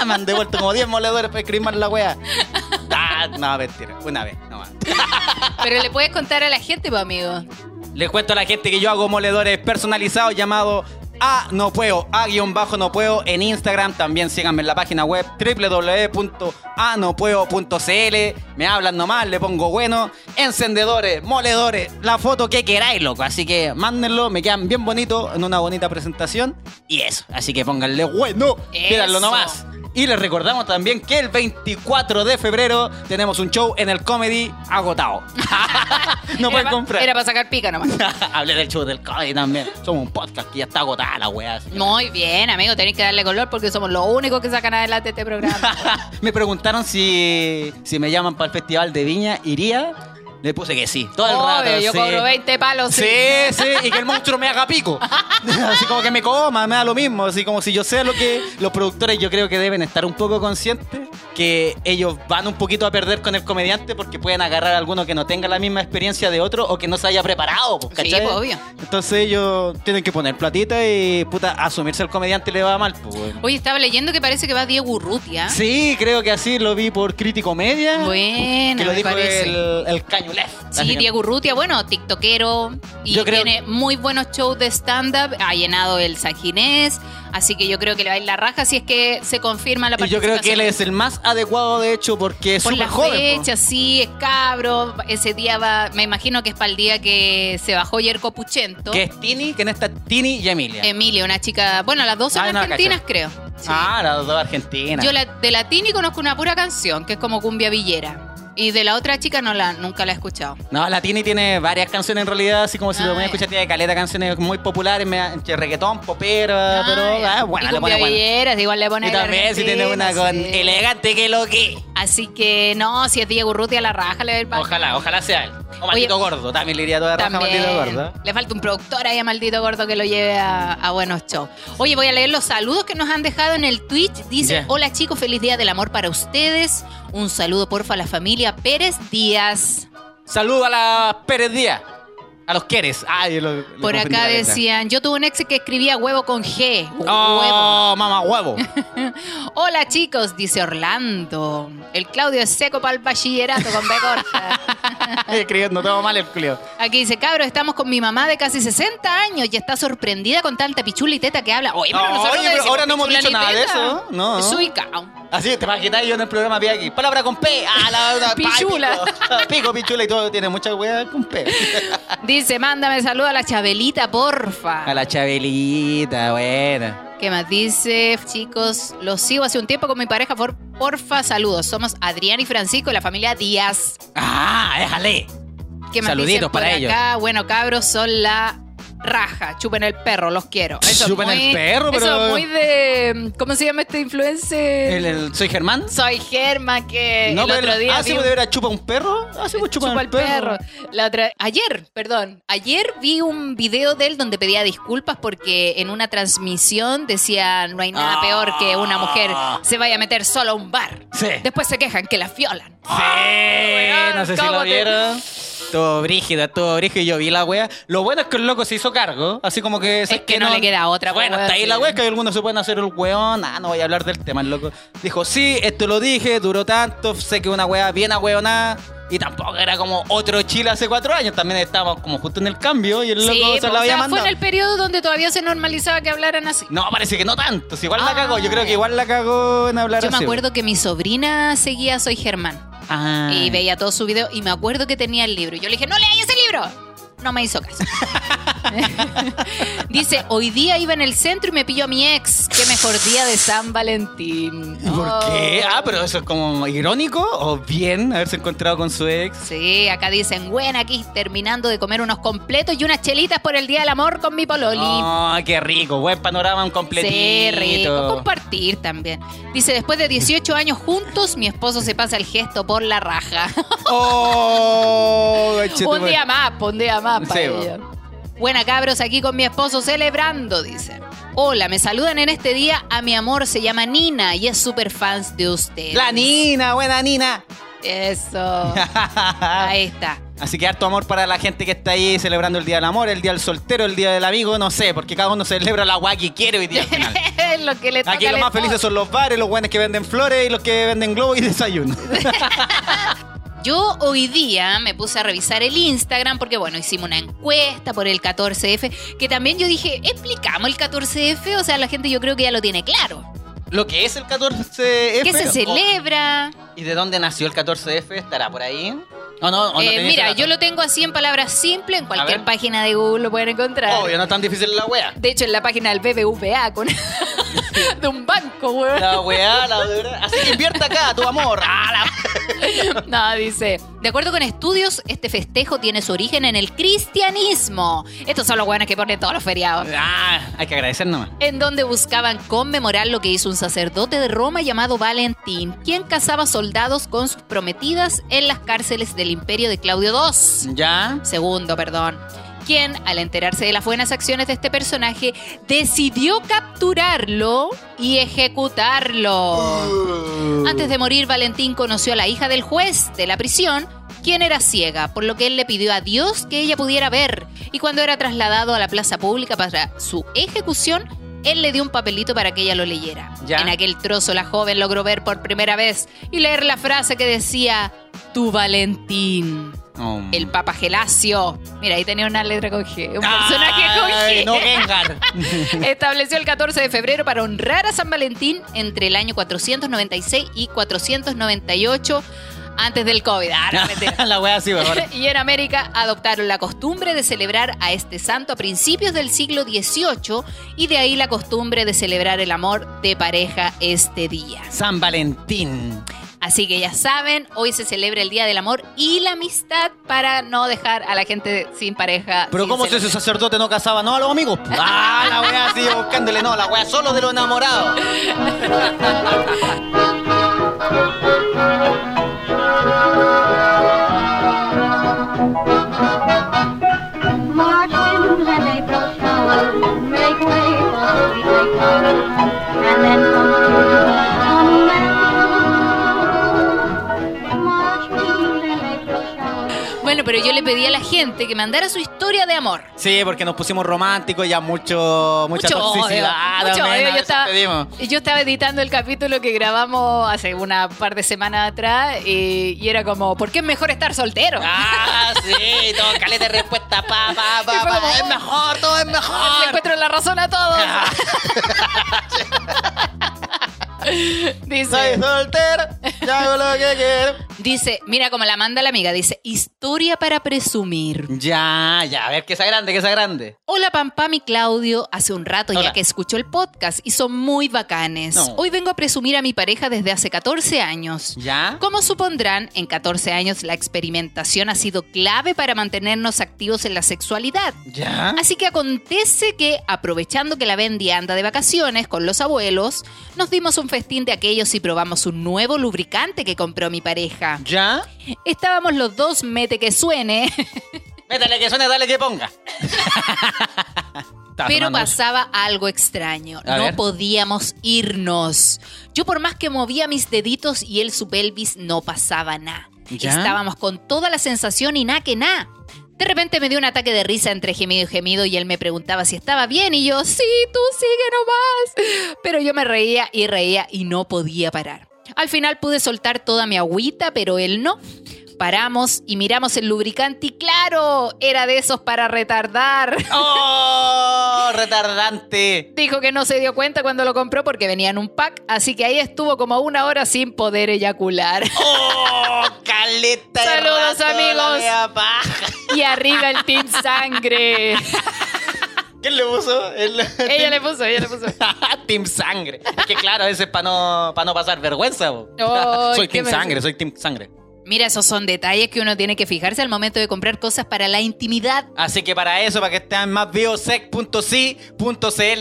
S1: Me han devuelto como 10 moledores para escribir la wea. Ah, no, mentira, una vez, nomás.
S2: Pero le puedes contar a la gente, pues, amigo.
S1: Les cuento a la gente que yo hago moledores personalizados llamado A No Puedo, A guión bajo No Puedo en Instagram. También síganme en la página web www.anopuedo.cl. Me hablan nomás, le pongo bueno. Encendedores, moledores, la foto que queráis, loco. Así que mándenlo, me quedan bien bonitos en una bonita presentación. Y eso, así que pónganle bueno, pídanlo
S2: Eso.
S1: nomás. Y les recordamos también que el 24 de febrero tenemos un show en el comedy agotado. no
S2: Era
S1: pueden
S2: pa-
S1: comprar.
S2: Era para sacar pica nomás.
S1: Hablé del show del comedy también. Somos un podcast que ya está agotada la weá. así.
S2: Muy bien, amigo, tenéis que darle color porque somos los únicos que sacan adelante este programa.
S1: me preguntaron si, si me llaman para el festival de Viña, ¿iría? Le puse que sí. Todo el
S2: Obvio,
S1: rato.
S2: yo
S1: sí.
S2: cobro 20 palos.
S1: Sí, sí, y que el monstruo me haga pico. Así como que me coma, me da lo mismo. Así como si yo sé lo que los productores yo creo que deben estar un poco conscientes que ellos van un poquito a perder con el comediante porque pueden agarrar a alguno que no tenga la misma experiencia de otro o que no se haya preparado. pues,
S2: Sí,
S1: ¿cachai?
S2: pues, obvio.
S1: Entonces ellos tienen que poner platita y puta, asumirse al comediante le va mal. Pues, weón.
S2: Oye, estaba leyendo que parece que va Diego Urrutia.
S1: Sí, creo que así lo vi por Crítico Media.
S2: Bueno,
S1: que lo
S2: me
S1: dijo
S2: parece.
S1: el, el Cañulef.
S2: Sí, Diego Urrutia, bueno, tiktokero y
S1: Yo creo-
S2: tiene muy buenos shows de stand-up, ha llenado el San Ginés, así que yo creo que le va a ir la raja si es que se confirma la
S1: Y yo
S2: participación.
S1: creo que él es el más adecuado, de hecho, porque es
S2: Por
S1: súper
S2: la
S1: joven. po.
S2: fecha, sí, es cabro, ese día va, me imagino que es para el día que se bajó Yerko Puchento.
S1: Que es Tini, que en esta es Tini y Emilia.
S2: Emilia, una chica, bueno, las dos son
S1: Ah, no,
S2: argentinas, creo. Em, Sí.
S1: Ah, las dos argentinas.
S2: Yo la, de Latini conozco una pura canción, que es como cumbia villera. Y de la otra chica no la, nunca la he escuchado.
S1: No, la Tini tiene varias canciones en realidad, así como si
S2: Ah,
S1: lo voy a
S2: ya.
S1: escuchar, tiene caleta canciones muy populares, me- entre reggaetón, popera, pero
S2: ya.
S1: ah, bueno,
S2: y
S1: le
S2: cumbia
S1: pone bueno.
S2: villera, igual le pone
S1: Y
S2: de
S1: también si tiene
S2: Argentina,
S1: una con
S2: sí.
S1: elegante que lo que.
S2: Así que no, si es Diego Urrutia la raja, le va a ir pa-
S1: Ojalá, ojalá sea él. O maldito gordo, también le iría toda raja a
S2: También.
S1: maldito gordo.
S2: Le falta un productor ahí a Maldito Gordo que lo lleve a, a buenos shows. Oye, voy a leer los saludos que nos han dejado en el Twitch. Dice,
S1: Ya.
S2: hola chicos, feliz día del amor para ustedes. Un saludo porfa a la familia Pérez Díaz.
S1: Saludo a la Pérez Díaz. A los Queres. Ay, yo lo- lo confundí
S2: Por
S1: la
S2: acá
S1: letra.
S2: decían, yo tuve un ex que escribía huevo con G. Huevo.
S1: Oh, mamá huevo.
S2: Hola chicos, dice Orlando. El Claudio es seco para el bachillerato con B corta.
S1: Escribiendo todo mal el culio.
S2: Aquí dice, cabros, estamos con mi mamá de casi 60 años y está sorprendida con tanta pichula y teta que habla. Oye, pero
S1: Oye,
S2: nosotros
S1: pero
S2: decimos
S1: ahora no hemos
S2: pichula
S1: dicho
S2: ni
S1: nada de
S2: teta.
S1: eso, ¿no?
S2: Es ubicado.
S1: Así, te imaginas yo en el programa vi aquí. Palabra con P. Ah, la, la- pa,
S2: Pichula.
S1: Pico, Pico, pichula y todo. Tiene mucha weá con P.
S2: Dice, mándame saludo a la Chabelita, porfa.
S1: A la Chabelita, buena.
S2: ¿Qué más dice? Chicos, los sigo hace un tiempo con mi pareja, por- porfa, saludos. Somos Adrián y Francisco, de la familia Díaz.
S1: Ah, déjale.
S2: ¿Qué más
S1: Saluditos
S2: dicen por
S1: para ellos.
S2: acá? Bueno, cabros, son la raja. Chupen el perro, los quiero. Eso es
S1: Chupen
S2: muy-
S1: el perro,
S2: Eso
S1: pero-
S2: es muy de... ¿Cómo se llama este influencer?
S1: El- el- ¿Soy Germán?
S2: Soy Germa que el
S1: pero-
S2: otro día
S1: Ah, sí,
S2: vi
S1: pues,
S2: un-
S1: de ver a chupa un perro. Ah, sí, pues, chupa,
S2: chupa
S1: al perro.
S2: La otra, ayer, perdón, ayer vi un video de él donde pedía disculpas porque en una transmisión decía no hay nada
S1: Ah.
S2: peor que una mujer se vaya a meter sola a un bar.
S1: Sí.
S2: Después se quejan que la violan.
S1: Sí,
S2: Ah, weón,
S1: no sé si
S2: ¿cómo
S1: lo
S2: te-
S1: vieron. Todo brígido, todo brígido. Yo vi la wea. Lo bueno es que el loco se hizo cargo. Así como que. ¿sabes
S2: que no le queda otra,
S1: Bueno,
S2: pues,
S1: hasta ahí
S2: sí.
S1: la wea. Que algunos se pueden hacer el weón. Ah, no voy a hablar del tema, el loco. Dijo, sí, esto lo dije, duró tanto. Sé que una wea bien ahueonada. Y tampoco era como otro Chile hace cuatro años. También estábamos como justo en el cambio. Y el loco
S2: Sí,
S1: se
S2: pues,
S1: la
S2: o
S1: había
S2: sea, fue
S1: mandado.
S2: en el periodo donde todavía se normalizaba que hablaran así.
S1: No, parece que no tanto. Si igual
S2: Ah.
S1: la cagó. Yo creo que igual la cagó en hablar
S2: Yo me
S1: así.
S2: acuerdo que mi sobrina seguía Soy Germán
S1: Ah.
S2: y veía todo su video y me acuerdo que tenía el libro. Yo le dije, no leáis ese libro. No me hizo caso. Dice, hoy día iba en el centro y me pilló a mi ex. Qué mejor día de San Valentín.
S1: ¿Y por
S2: Oh.
S1: qué? Ah, pero eso es como irónico o bien haberse encontrado con su ex.
S2: Sí, acá dicen, buena aquí terminando de comer unos completos y unas chelitas por el Día del Amor con mi pololi.
S1: Oh, qué rico, buen panorama, un completito.
S2: Sí, rico. Compartir también. Dice, después de 18 años juntos, mi esposo se pasa el gesto por la raja.
S1: Oh,
S2: un día más, po, un día más para
S1: Sí, po.
S2: ellos. Buena cabros, aquí con mi esposo celebrando, dice. Hola, me saludan en este día a mi amor, se llama Nina y es súper fans de usted.
S1: La Nina, buena Nina.
S2: Eso. Ahí está.
S1: Así que harto amor para la gente que está ahí celebrando el Día del Amor, el Día del Soltero, el Día del Amigo, no sé, porque cada uno celebra la guay que quiere hoy día. al final.
S2: lo que le toca
S1: Aquí
S2: al
S1: los más
S2: esposo.
S1: felices son los bares, los buenos que venden flores y los que venden globos y desayuno.
S2: Yo hoy día me puse a revisar el Instagram porque, bueno, hicimos una encuesta por el 14F, que también yo dije, explicamos el 14F, o sea, la gente yo creo que ya lo tiene claro.
S1: Lo que es el Oh, 14F.
S2: ¿Qué se
S1: o-
S2: celebra?
S1: ¿Y de dónde nació el 14F? ¿Estará por ahí? ¿O no? ¿O no
S2: Eh,
S1: tenés
S2: mira,
S1: ese
S2: yo
S1: dato?
S2: lo tengo así en palabras simples, en cualquier
S1: ver.
S2: página de Google lo pueden encontrar.
S1: Obvio, no es tan difícil la wea.
S2: De hecho, en la página del BBVA con... de un banco, weón.
S1: La weá, la verdad. Así que invierta acá, tu amor. Ah, la-
S2: No, dice. De acuerdo con estudios, este festejo tiene su origen en el cristianismo. Estos son los buenos que ponen todos los feriados.
S1: Ah, hay que agradecer nomás.
S2: en donde buscaban conmemorar lo que hizo un sacerdote de Roma llamado Valentín, quien cazaba soldados con sus prometidas en las cárceles del imperio de Claudio II.
S1: Ya.
S2: Segundo, perdón. Quien, al enterarse de las buenas acciones de este personaje, decidió capturarlo y ejecutarlo. Antes de morir, Valentín conoció a la hija del juez de la prisión, quien era ciega, por lo que él le pidió a Dios que ella pudiera ver. Y cuando era trasladado a la plaza pública para su ejecución, él le dio un papelito para que ella lo leyera.
S1: Ya.
S2: En aquel trozo, la joven logró ver por primera vez y leer la frase que decía: Tu Valentín,
S1: Oh.
S2: el Papa Gelacio. Mira, ahí tenía una letra con G, un
S1: Ay,
S2: personaje con G.
S1: No vengan.
S2: Estableció el 14 de febrero para honrar a San Valentín entre el año 496 y 498 antes del COVID. Ah, no, mentira.
S1: la wea sí, mejor.
S2: y en América adoptaron la costumbre de celebrar a este santo a principios del siglo XVIII y de ahí la costumbre de celebrar el amor de pareja este día.
S1: San Valentín.
S2: Así que ya saben, hoy se celebra el Día del Amor y la Amistad para no dejar a la gente sin pareja.
S1: Pero
S2: sin
S1: ¿cómo si
S2: celebrar.
S1: ese sacerdote no casaba? ¿No a los amigos? Ah, la wea sigue buscándole. No, la wea solo de los enamorados.
S5: Martians and April showers make way for sweet May flowers, and then comes summer. Martians and April showers.
S2: Bueno, pero yo le pedí a la gente que mandara su historia de amor.
S1: Sí, porque nos pusimos románticos ya mucho, mucha toxicidad.
S2: odio, mucho
S1: también,
S2: odio.
S1: a
S2: Yo
S1: veces
S2: estaba,
S1: pedimos.
S2: yo estaba editando el capítulo que grabamos hace una par de semanas atrás y, y era como, ¿por qué es mejor estar soltero?
S1: Ah, sí, todo caleta de respuesta, pa, pa,
S2: Y
S1: pa,
S2: fue
S1: pa.
S2: como, "Oh".
S1: Es mejor, todo es
S2: Le
S1: mejor.
S2: encuentro la razón a todos.
S1: Ah, Soy
S2: Dice,
S1: soltero, ya hago lo que quiero.
S2: dice, mira como la manda la amiga, dice, historia para presumir.
S1: Ya, ya, a ver, que sea grande, que sea grande.
S2: Hola Pampam y Claudio, hace un rato ya
S1: Hola.
S2: que escuchó el podcast y son muy bacanes.
S1: No.
S2: Hoy vengo a presumir a mi pareja desde hace 14 años.
S1: ¿Ya?
S2: Como supondrán, en 14 años la experimentación ha sido clave para mantenernos activos en la sexualidad.
S1: ¿Ya?
S2: Así que acontece que, aprovechando que la Bendy anda de vacaciones con los abuelos, nos dimos un festín de aquellos y probamos un nuevo lubricante que compró mi pareja.
S1: ¿Ya?
S2: Estábamos los dos, mete que suene,
S1: Métale que suene, dale que ponga. Estaba
S2: pero
S1: tomando mucho.
S2: pasaba algo extraño.
S1: A
S2: no
S1: ver.
S2: podíamos irnos. Yo por más que movía mis deditos y él su pelvis, no pasaba nada.
S1: ¿Ya?
S2: Estábamos con toda la sensación y nada que nada. De repente me dio un ataque de risa entre gemido y gemido y él me preguntaba si estaba bien y yo, sí, tú sigue nomás. Pero yo me reía y reía y no podía parar. Al final pude soltar toda mi agüita, pero él no. Paramos y miramos el lubricante y claro, era de esos para retardar.
S1: ¡Oh! Retardante.
S2: Dijo que no se dio cuenta cuando lo compró porque venía en un pack, así que ahí estuvo como una hora sin poder eyacular.
S1: ¡Oh! Caleta. de
S2: Saludos,
S1: rato, la
S2: amigos.
S1: wea paja.
S2: Y arriba el Team Sangre.
S1: ¿Quién le puso? El-
S2: Ella le puso, ella le puso.
S1: team Sangre. Es que claro, ese es para no, pa' no pasar vergüenza. po.
S2: Ay,
S1: soy
S2: qué
S1: Team
S2: vergüenza.
S1: Sangre, soy Team Sangre.
S2: Mira, esos son detalles que uno tiene que fijarse al momento de comprar cosas para la intimidad.
S1: Así que para eso, para que estén más vivos, sec.ci.cl,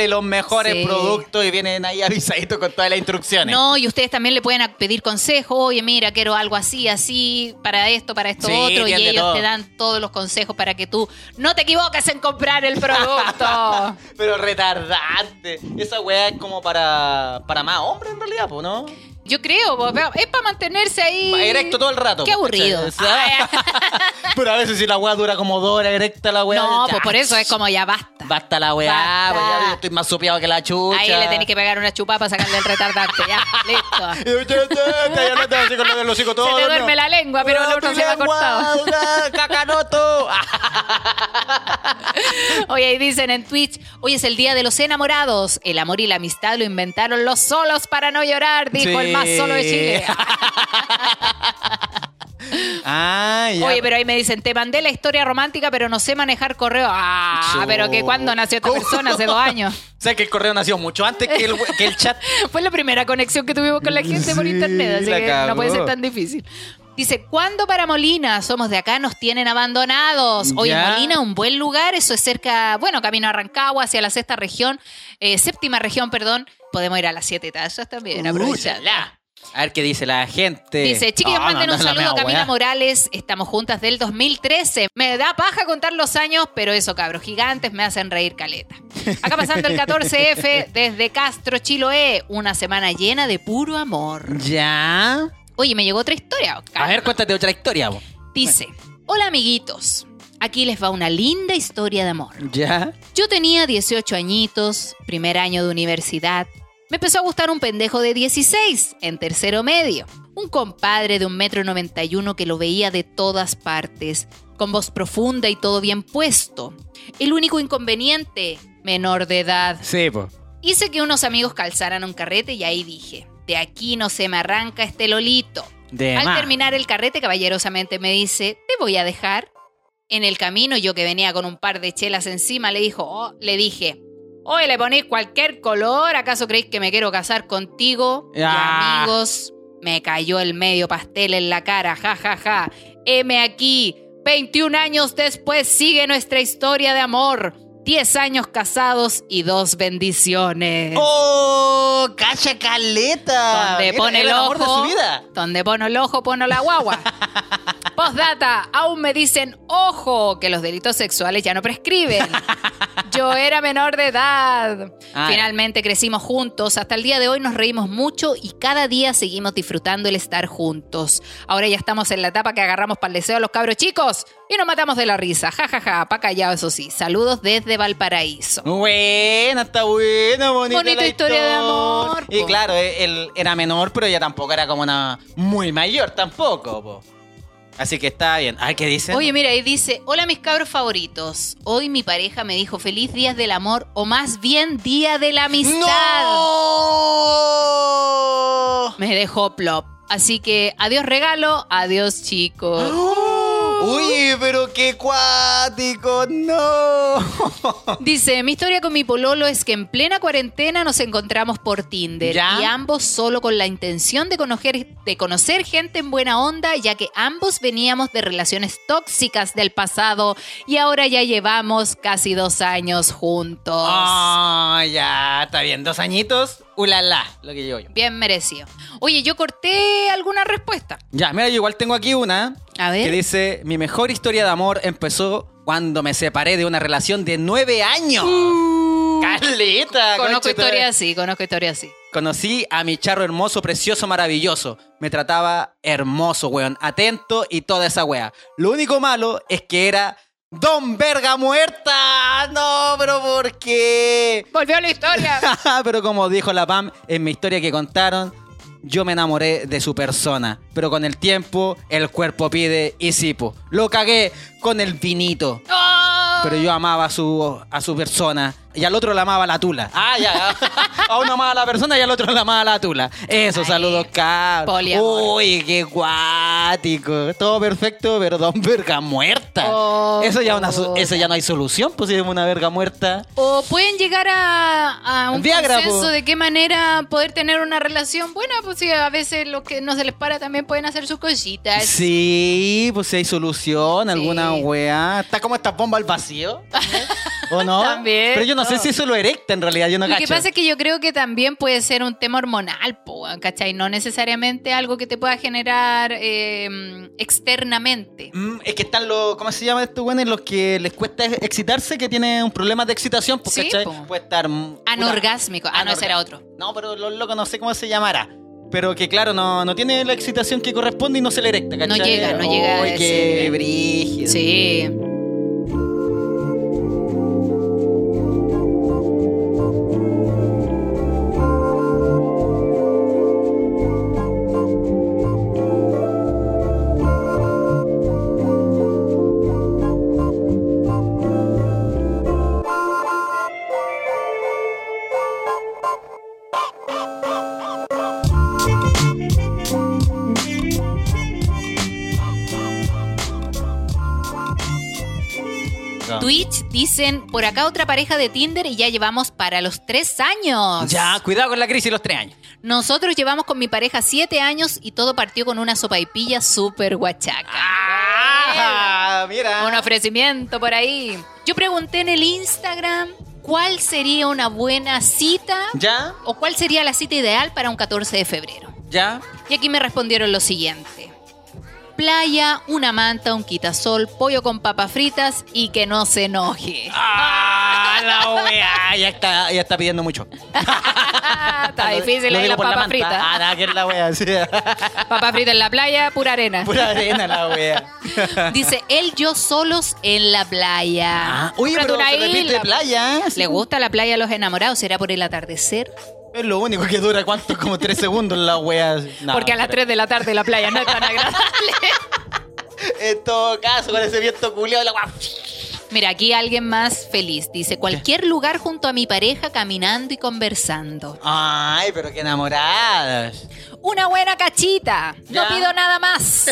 S1: los mejores
S2: Sí.
S1: productos y vienen ahí avisaditos con todas las instrucciones.
S2: No, y ustedes también le pueden a- pedir consejo. Oye, mira, quiero algo así, así, para esto, para esto,
S1: Sí,
S2: otro. Y
S1: tienen de
S2: ellos
S1: todo.
S2: te dan todos los consejos para que tú no te equivoques en comprar el producto.
S1: Pero retardante. Esa weá es como para, para más hombres en realidad, po, ¿no?
S2: Yo creo, vos, veo, es para mantenerse ahí.
S1: Va Erecto todo el rato.
S2: Qué
S1: po,
S2: aburrido. Ah,
S1: ¿cachai? O sea, Pero a veces si la weá dura como dos horas erecta la weá.
S2: no, pues
S1: ya,
S2: por eso es como ya basta.
S1: Basta la weá,
S2: Basta.
S1: pues ya yo estoy más sopeado que la chucha.
S2: Ahí le tenés que pegar una chupa para sacarle el retardante. Ya, listo.
S1: Y yo, ya, ya, ya, ya, no te vas así con el hocico todo,
S2: Se te duerme
S1: ¿no?
S2: la lengua, pero el otro se va cortado.
S1: Guau, ¡Cacanoto!
S2: Oye, ahí dicen en Twitch, hoy es el día de los enamorados. El amor y la amistad lo inventaron los solos para no llorar, dijo
S1: Sí.
S2: el más solo de Chile.
S1: Ah, ya.
S2: Oye, pero ahí me dicen, te mandé la historia romántica, pero no sé manejar correo. Ah,
S1: Chu.
S2: pero que cuando nació esta
S1: ¿Cómo?
S2: persona, hace dos años.
S1: O sea, que el correo nació mucho antes que el, que el chat.
S2: Fue la primera conexión que tuvimos con la gente por
S1: Sí,
S2: internet, así
S1: la
S2: que no
S1: cagó.
S2: puede ser tan difícil. Dice, ¿cuándo para Molina? Somos de acá, nos tienen abandonados. Oye,
S1: Ya.
S2: Molina, un buen lugar, eso es cerca, bueno, camino a Rancagua, hacia la sexta región, eh, séptima región, perdón. Podemos ir a las siete tazas también, aprovechar.
S1: Úchala. A ver qué dice la gente.
S2: Dice, chiquillos,
S1: No,
S2: manden
S1: Ah, no, eh".
S2: un
S1: no, la
S2: saludo a
S1: mea
S2: Camila
S1: weá.
S2: Morales. Estamos juntas del 2013. Me da paja contar los años, pero eso, cabros, gigantes me hacen reír caleta. Acá pasando el 14F desde Castro, Chiloé. Una semana llena de puro amor.
S1: Ya.
S2: Oye, me llegó otra historia. Oscar.
S1: A ver, cuéntate otra historia, vos.
S2: Dice, hola amiguitos. Aquí les va una linda historia de amor.
S1: Ya.
S2: Yo tenía 18 añitos, primer año de universidad. Me empezó a gustar un pendejo de 16, en tercero medio. Un compadre de 1,91m que lo veía de todas partes, con voz profunda y todo bien puesto. El único inconveniente, menor de edad.
S1: Sí, pues.
S2: Hice que unos amigos calzaran un carrete y ahí dije, de aquí no se me arranca este lolito.
S1: De
S2: Al
S1: más.
S2: terminar el carrete, caballerosamente me dice, te voy a dejar. En el camino, yo que venía con un par de chelas encima, le, dijo, oh, le dije, oye, le ponéis cualquier color, ¿acaso creéis que me quiero casar contigo? Y
S1: Ah.
S2: amigos, me cayó el medio pastel en la cara, ja, ja, ja. M aquí, 21 años después sigue nuestra historia de amor. 10 años casados y dos bendiciones.
S1: ¡Oh! ¡Cacha caleta!
S2: Donde
S1: Era-
S2: pone
S1: era
S2: el
S1: amor de
S2: ojo.
S1: su vida.
S2: Donde pone el ojo, pone la guagua. Postdata, aún me dicen, ojo, que los delitos sexuales ya no prescriben. Yo era menor de edad.
S1: Ah,
S2: Finalmente crecimos juntos. Hasta el día de hoy nos reímos mucho y cada día seguimos disfrutando el estar juntos. Ahora ya estamos en la etapa que agarramos para el deseo a los cabros chicos y nos matamos de la risa. Ja, ja, ja, pa' callado, eso sí. Saludos desde Valparaíso.
S1: Buena, está buena, bonita.
S2: Bonita
S1: la
S2: historia de amor,
S1: Y
S2: po.
S1: claro, e- él era menor, pero ella tampoco era como una muy mayor tampoco, po. Así que está bien. Ay, ¿qué dicen?
S2: Oye, mira, ahí dice, hola mis cabros favoritos. Hoy mi pareja me dijo feliz días del amor o más bien día de la amistad.
S1: ¡No!
S2: Me dejó plop. Así que adiós regalo, adiós chicos.
S1: Uy, pero qué cuático, no. ¡Ah!
S2: Dice, mi historia con mi pololo es que en plena cuarentena nos encontramos por Tinder
S1: ¿Ya?
S2: y ambos solo con la intención de conocer, de conocer gente en buena onda, ya que ambos veníamos de relaciones tóxicas del pasado y ahora ya llevamos casi dos años juntos.
S1: Ah, ya, está bien. Dos añitos, ulala, lo que llevo yo.
S2: Bien merecido. Oye, yo corté alguna respuesta.
S1: Ya, mira, yo igual tengo aquí una
S2: A ver.
S1: que dice, mi mejor historia de amor empezó cuando me separé de una relación de nueve años. Caleta,
S2: Mm. Conozco
S1: concha tu-
S2: historias así, conozco historias así.
S1: Conocí a mi charro hermoso, precioso, maravilloso. Me trataba hermoso, weón. Atento y toda esa wea. Lo único malo es que era Don Verga Muerta. No, pero ¿por qué?
S2: Volvió la historia.
S1: pero como dijo la Pam en mi historia que contaron, yo me enamoré de su persona. Pero con el tiempo, el cuerpo pide y sipo.
S2: Oh,
S1: Lo cagué con el vinito. Pero yo amaba a su, a su persona Y al otro la amaba la tula. Ah, ya. A uno amaba a la persona y al otro la amaba la tula. Eso,
S2: Ahí.
S1: saludos, cabros.
S2: Poliamor.
S1: Uy, qué guático. Todo perfecto, pero don verga muerta.
S2: Oh,
S1: eso, ya una, so-
S2: puta.
S1: eso ya no hay solución, pues si es una verga muerta.
S2: O pueden llegar a, a un
S1: Viagra,
S2: consenso
S1: po.
S2: de qué manera poder tener una relación buena, pues si a veces los que no se les para también pueden hacer sus cositas.
S1: Sí, pues si hay solución,
S2: Sí.
S1: alguna weá. Está como esta bomba al vacío. ¿O no?
S2: También,
S1: Pero yo no, sé
S2: no.
S1: si eso lo erecta en realidad, yo no
S2: Lo
S1: cacho.
S2: que pasa es que yo creo que también puede ser un tema hormonal, po, weón, ¿cachai? No necesariamente algo que te pueda generar eh, externamente.
S1: Mm, es que están los, ¿cómo se llama estos güeyes? Los que les cuesta excitarse, que tienen un problema de excitación, pues,
S2: Sí,
S1: ¿cachai?
S2: po.
S1: Puede estar... mm, puta-
S2: Anorgásmico. Ah, no, ese era otro.
S1: No, pero los locos no sé cómo se llamará. Pero que claro, no, no tiene la excitación que corresponde y no se le erecta, ¿cachai?
S2: llega, no llega a
S1: Uy, qué
S2: ese nivel.
S1: brígido.
S2: Sí. Twitch dicen, por acá otra pareja de Tinder y ya llevamos para los tres años.
S1: Ya, cuidado con la crisis de los tres años.
S2: Nosotros llevamos con mi pareja siete años y todo partió con una sopaipilla súper guachaca.
S1: Ah, mira.
S2: Un ofrecimiento por ahí. Yo pregunté en el Instagram cuál sería una buena cita
S1: Ya,
S2: o cuál sería la cita ideal para un 14 de febrero.
S1: ya.
S2: Y aquí me respondieron lo siguiente. Playa, una manta, un quitasol, pollo con papas fritas y que no se enoje.
S1: Ah, la weá. Ya está, ya está pidiendo mucho.
S2: Ah, Está difícil
S1: Lo
S2: ahí
S1: digo
S2: la
S1: por
S2: papa
S1: manta.
S2: frita.
S1: Ah, nada, que es la weá. sí.
S2: Papa frita en la playa, pura arena.
S1: Pura arena la weá.
S2: Ah. Dice, él yo solos en la playa.
S1: Ah, oye,
S2: Cómprate
S1: pero
S2: una
S1: se repite
S2: isla.
S1: playa. ¿eh? pues.
S2: ¿Le gusta la playa a los enamorados? ¿Será por el atardecer?
S1: Es lo único que dura, ¿cuánto? Como tres segundos la wea. No,
S2: Porque a las
S1: pero-
S2: 3 de la tarde la playa no es tan agradable.
S1: En todo caso, con ese viento culiado, la wea.
S2: Mira, aquí alguien más feliz. Dice, cualquier lugar junto a mi pareja caminando y conversando.
S1: Ay, pero qué enamoradas.
S2: Una buena cachita.
S1: Ya.
S2: No pido nada más.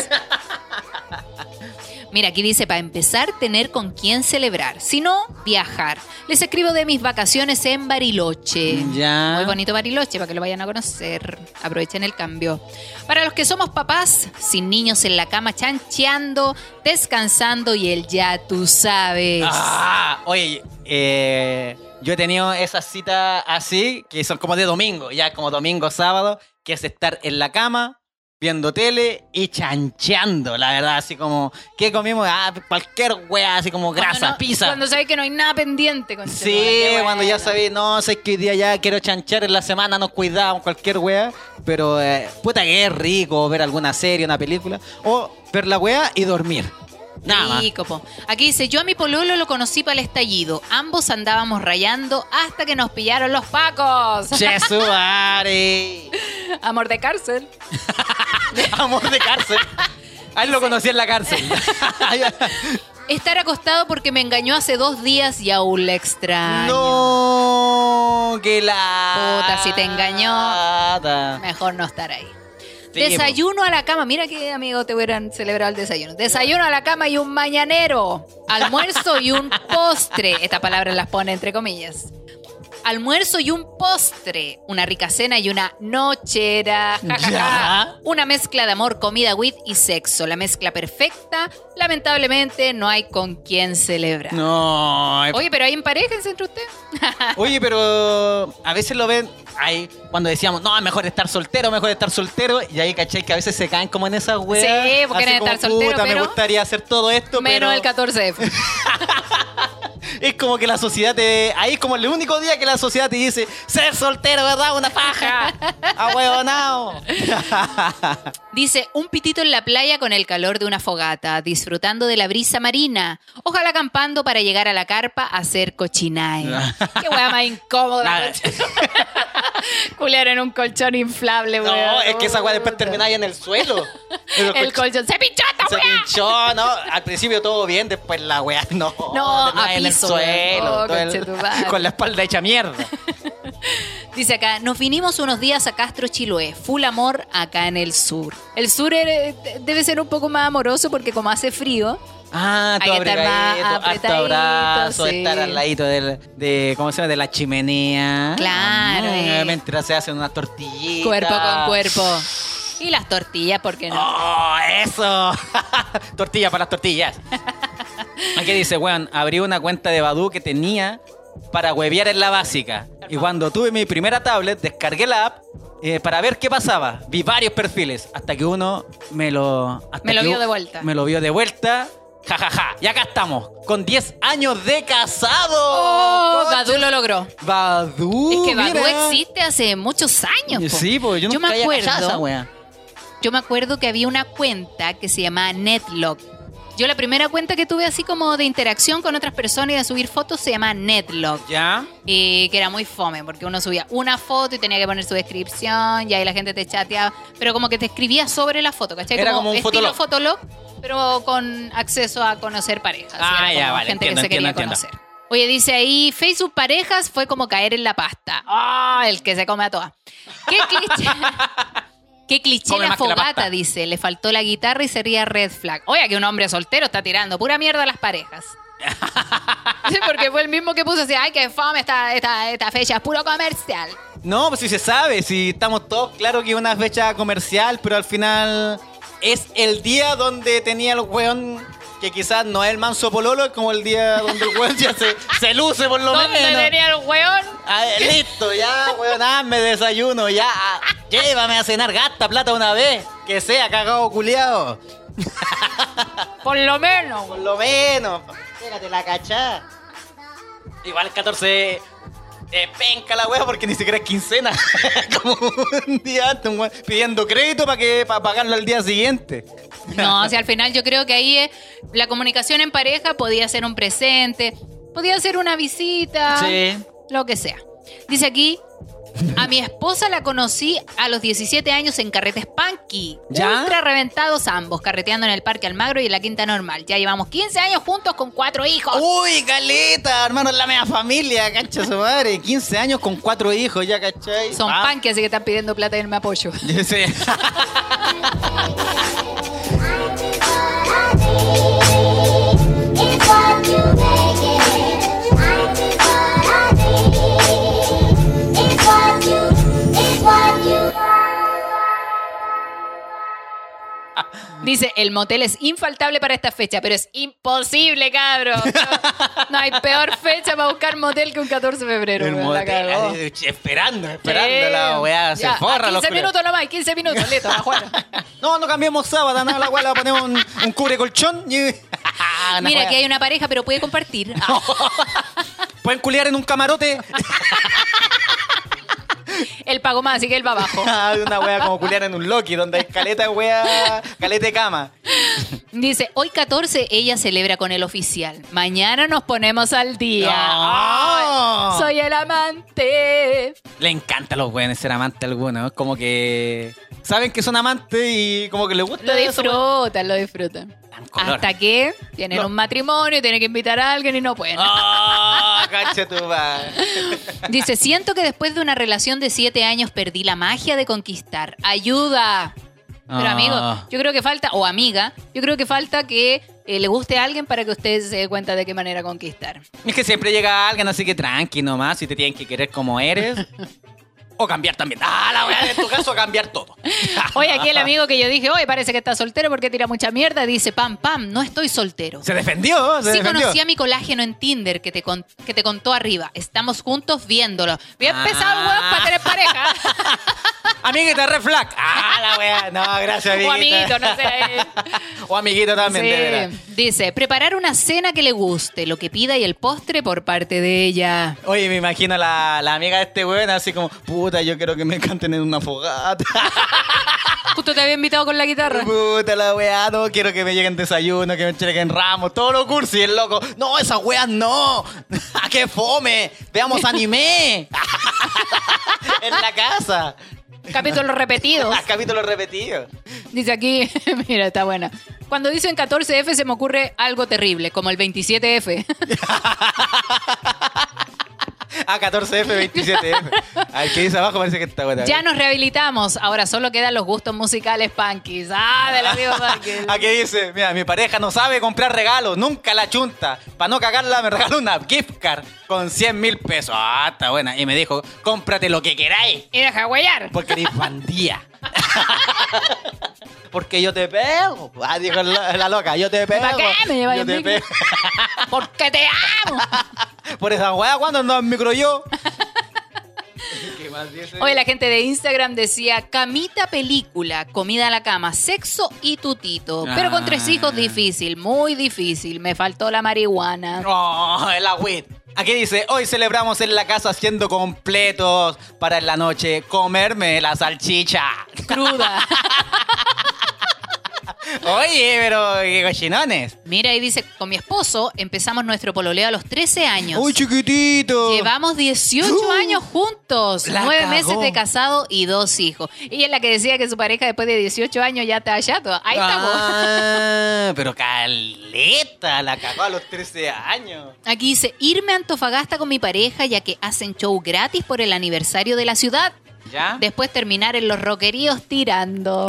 S2: Mira, aquí dice, para empezar, tener con quién celebrar. Si no, viajar. Les escribo de mis vacaciones en Bariloche.
S1: Ya.
S2: Muy bonito Bariloche, para que lo vayan a conocer. Aprovechen el cambio. Para los que somos papás, sin niños en la cama, chancheando, descansando y el ya tú sabes.
S1: Ah, oye, eh, yo he tenido esas citas así, que son como de domingo, ya como domingo, sábado, que es estar en la cama, viendo tele y chancheando, la verdad, así como, ¿qué comimos? Ah, cualquier wea, así como
S2: Cuando
S1: grasa,
S2: no-
S1: pizza.
S2: Cuando sabes que no hay nada pendiente. con este
S1: Sí, cuando ya sabéis, no, sé que hoy día ya quiero chanchar en la semana, nos cuidamos, cualquier wea. Pero, eh, puta que es rico ver alguna serie, una película. O ver la wea y dormir. Nada más.
S2: Rico, po. Aquí dice, yo a mi pololo lo conocí para el estallido. Ambos andábamos rayando hasta que nos pillaron los pacos.
S1: Jesús, Ari.
S2: Amor de cárcel.
S1: Amor de cárcel. A él lo conocí en la cárcel.
S2: Estar acostado porque me engañó hace dos días y aún la extraño.
S1: no, que la.
S2: Puta, si te engañó.
S1: Puta.
S2: Mejor no estar ahí.
S1: Sí,
S2: desayuno a la cama. Mira que, amigo, te hubieran celebrado el desayuno. Desayuno a la cama y un mañanero. Almuerzo y un postre. Esta palabra las pone entre comillas. Almuerzo y un postre. Una rica cena y una nochera. Ja, ja, ja.
S1: Ya.
S2: Una mezcla de amor, comida, wit y sexo. La mezcla perfecta. Lamentablemente no hay con quién celebrar.
S1: No, es
S2: Oye, pero ahí emparejense entre usted.
S1: Oye, pero a veces lo ven ahí cuando decíamos, no, mejor estar soltero, mejor estar soltero. Y ahí caché que a veces se caen como en esas weas.
S2: Sí, porque
S1: así
S2: quieren
S1: como,
S2: estar soltero,
S1: Puta, me
S2: pero-
S1: gustaría hacer todo esto,
S2: Menos
S1: pero
S2: el 14 de febrero.
S1: es como que la sociedad te. Ahí es como el único día que la sociedad te dice, ser soltero, ¿verdad? Una paja. Ah, Ahuevonao.
S2: Dice, un pitito en la playa con el calor de una fogata, disfrutando de la brisa marina. Ojalá acampando para llegar a la carpa a hacer cochinae. Qué hueá más incómoda.
S1: Nada.
S2: Culear en un colchón inflable,
S1: No,
S2: weón.
S1: es que esa weá después termina ahí en el suelo. En
S2: El
S1: colchón.
S2: colchón. ¡Se pinchó esta
S1: se pinchó, ¿no? Al principio todo bien, después la weá no.
S2: No,
S1: de nuevo
S2: a
S1: en el
S2: piso,
S1: suelo.
S2: weón. Oh,
S1: todo el-
S2: conchetumare.
S1: con la espalda hecha mierda.
S2: Dice acá, nos vinimos unos días a Castro Chiloé, full amor acá en el sur. El sur eh, debe ser un poco más amoroso porque como hace frío,
S1: Ah, todo
S2: Hay que estar más
S1: abrigadito, harto
S2: apretadito,
S1: abrazo,
S2: sí.
S1: estar al ladito del, de, ¿cómo se llama? De la chimenea.
S2: Claro, eh.
S1: Ah, mientras se hacen unas tortillitas.
S2: cuerpo con cuerpo. Y las tortillas, ¿por qué no?
S1: ¡Oh, eso! Tortilla para las tortillas. Aquí dice, weón, abrí una cuenta de Badu que tenía para huevear en la básica. Y cuando tuve mi primera tablet, descargué la app eh, para ver qué pasaba. Vi varios perfiles hasta que uno me lo... hasta
S2: Me lo
S1: que
S2: vio
S1: u-
S2: de vuelta.
S1: Me lo vio de vuelta. Ja, ja, ja. Y acá estamos, con 10 años de casado.
S2: Oh, Badu lo logró.
S1: Badu.
S2: es que Badu
S1: Uh, mira.
S2: existe hace muchos años. po.
S1: Sí, porque yo,
S2: yo
S1: nunca
S2: me
S1: había
S2: acuerdo.
S1: cachado esa wea.
S2: Yo me acuerdo que había una cuenta que se llamaba Netlock. Yo la primera cuenta que tuve así como de interacción con otras personas y de subir fotos se llamaba Netlock.
S1: ¿Ya?
S2: Y que era muy fome, porque uno subía una foto y tenía que poner su descripción, y ahí la gente te chateaba, pero como que te escribía sobre la foto, ¿cachai?
S1: Era como un
S2: estilo
S1: fotolog.
S2: fotolog, pero con acceso a conocer parejas.
S1: Ah,
S2: era
S1: ya,
S2: como
S1: vale,
S2: Gente
S1: entiendo,
S2: que se quería
S1: entiendo, entiendo.
S2: conocer. Oye, dice ahí, Facebook parejas fue como caer en la pasta. ¡Ah! el que se come a todas. ¿Qué cliché? Qué cliché
S1: Come
S2: la
S1: más que la
S2: fogata,
S1: pasta.
S2: dice. Le faltó la guitarra y sería red flag. Oye, que un hombre soltero está tirando pura mierda a las parejas. Sí, porque fue el mismo que puso así, ay, que fome esta, esta, esta fecha, es puro comercial.
S1: No, pues si se sabe, si estamos todos claro que es una fecha comercial, pero al final es el día donde tenía el weón que quizás no es el manso pololo, es como el día donde el weón ya se, se luce por lo
S2: ¿Dónde
S1: menos.
S2: tenía el weón?
S1: A ver, listo, ya, weón, hazme desayuno, ya. ah, Llévame a cenar, gasta plata una vez. Que sea cagado culiado.
S2: Por lo menos.
S1: Por lo menos. Espérate la cachá. Igual el 14 es penca la wea porque ni siquiera es quincena. Como un día antes, un weón pidiendo crédito para que para pagarlo al día siguiente.
S2: No, o sea, al final yo creo que ahí es, la comunicación en pareja podía ser un presente, podía ser una visita,
S1: Sí.
S2: lo que sea. Dice aquí, a mi esposa la conocí a los 17 años en carretes punky,
S1: ¿Ya?
S2: ultra reventados ambos, carreteando en el Parque Almagro y en la Quinta Normal. Ya llevamos 15 años juntos con cuatro hijos.
S1: Uy, caleta, hermano, es la media familia, cancha su madre. 15 años con cuatro hijos, ya, cachai.
S2: Son
S1: Ah,
S2: punky, así que están pidiendo plata y no me apoyo.
S1: yo sé. Mm.
S2: Dice, el motel es infaltable para esta fecha, pero es imposible, cabrón. No, no hay peor fecha para buscar motel que un 14 de febrero.
S1: El
S2: weón, la
S1: motel,
S2: cagó.
S1: así, esperando, esperando
S2: Sí.
S1: la weá, se
S2: Ya,
S1: forra
S2: a
S1: los
S2: 15
S1: culiados.
S2: minutos nomás, 15 minutos, listo, va, Juana.
S1: No, no cambiemos sábado, nada, la weá le ponemos un, un cubre colchón y. Una
S2: Mira,
S1: weá.
S2: aquí hay una pareja, pero puede compartir. Ah,
S1: ¿Pueden culiar en un camarote?
S2: él pagó más, así que él va abajo.
S1: Hay Ah, una wea como culiar en un Loki, donde hay caleta de wea, caleta de cama.
S2: Dice, hoy 14 ella celebra con el oficial. Mañana nos ponemos al día.
S1: No. Ah.
S2: Ay, soy el amante.
S1: Le encanta a los weones ser amante alguno, ¿no? como que saben que son amantes y como que les gusta
S2: Lo
S1: eso, wea.
S2: disfrutan, lo disfrutan.
S1: Dan color.
S2: Hasta que tienen
S1: No.
S2: un matrimonio, tienen que invitar a alguien y no pueden.
S1: ¡Oh, cacha tu madre.
S2: Dice, siento que después de una relación de siete años perdí la magia de conquistar. ¡Ayuda! Pero
S1: Ah.
S2: amigo, yo creo que falta, o amiga, yo creo que falta que eh, le guste a alguien para que usted se dé cuenta de qué manera conquistar.
S1: Es que siempre llega alguien, así que tranqui nomás, si te tienen que querer como eres. O cambiar también. Ah, la wea, en tu caso, cambiar todo.
S2: Oye, aquí el amigo que yo dije, oye, parece que está soltero porque tira mucha mierda, dice, pam, pam, no estoy soltero.
S1: Se defendió, se
S2: Sí
S1: defendió.
S2: conocí a mi colágeno en Tinder que te, con- que te contó arriba. Estamos juntos viéndolo. Bien
S1: Ah.
S2: pesado el weón para tener pareja.
S1: Amiguita, re flac. Ah, la wea. No, gracias, amiguita.
S2: o amiguito, no sé.
S1: O amiguito también, de veras.
S2: Sí. Dice, preparar una cena que le guste, lo que pida y el postre por parte de ella.
S1: Oye, me imagino la, la amiga de este weón así como, puta, yo quiero que me canten en una fogata.
S2: Justo te había invitado con la guitarra.
S1: puta la weá, no, quiero que me lleguen desayuno, que me entreguen ramos, todo lo cursi, el loco. No, esas weas no. ¡Qué fome! Veamos anime. en la casa.
S2: Capítulos repetidos.
S1: Capítulo repetido.
S2: Dice aquí, mira, está buena. Cuando dicen 14F se me ocurre algo terrible, como el 27F.
S1: Ah, 14F, 27F. Al que dice abajo parece que está buena.
S2: ya nos rehabilitamos, ahora solo quedan los gustos musicales punkies. Ah, del amigo
S1: Aquí
S2: punky.
S1: dice, mira, mi pareja no sabe comprar regalos, nunca la chunta. Para no cagarla me regaló una gift card con 100 mil pesos. Ah, está buena. Y me dijo, cómprate lo que queráis.
S2: Y deja huellar.
S1: Porque eres bandía. Porque yo te pego. Ah, dijo la, la loca, yo te pego.
S2: ¿Para qué me lleváis
S1: yo
S2: en
S1: te
S2: micro?
S1: pego.
S2: Porque te amo.
S1: Por esa weá, cuando ando en micro yo? ¿Qué más dice?
S2: Oye, la gente de Instagram decía camita película, comida a la cama, sexo y tutito. Pero con tres
S1: Ah.
S2: hijos difícil, muy difícil. Me faltó la marihuana.
S1: Oh, el agüit. Aquí dice, hoy celebramos en la casa siendo completos para en la noche comerme la salchicha.
S2: Cruda.
S1: Oye, pero qué cochinones.
S2: Mira, y dice, con mi esposo empezamos nuestro pololeo a los 13 años.
S1: Uy, chiquitito.
S2: Llevamos 18
S1: ¡Uh!
S2: años juntos,
S1: La
S2: nueve
S1: cagó.
S2: meses de casado y dos hijos. Y es la que decía que su pareja después de 18 años ya está hallado. Ahí estamos.
S1: Ah, pero caleta, la cagó a los 13 años.
S2: Aquí dice, irme a Antofagasta con mi pareja ya que hacen show gratis por el aniversario de la ciudad.
S1: ¿Ya?
S2: Después terminar en los roqueríos tirando.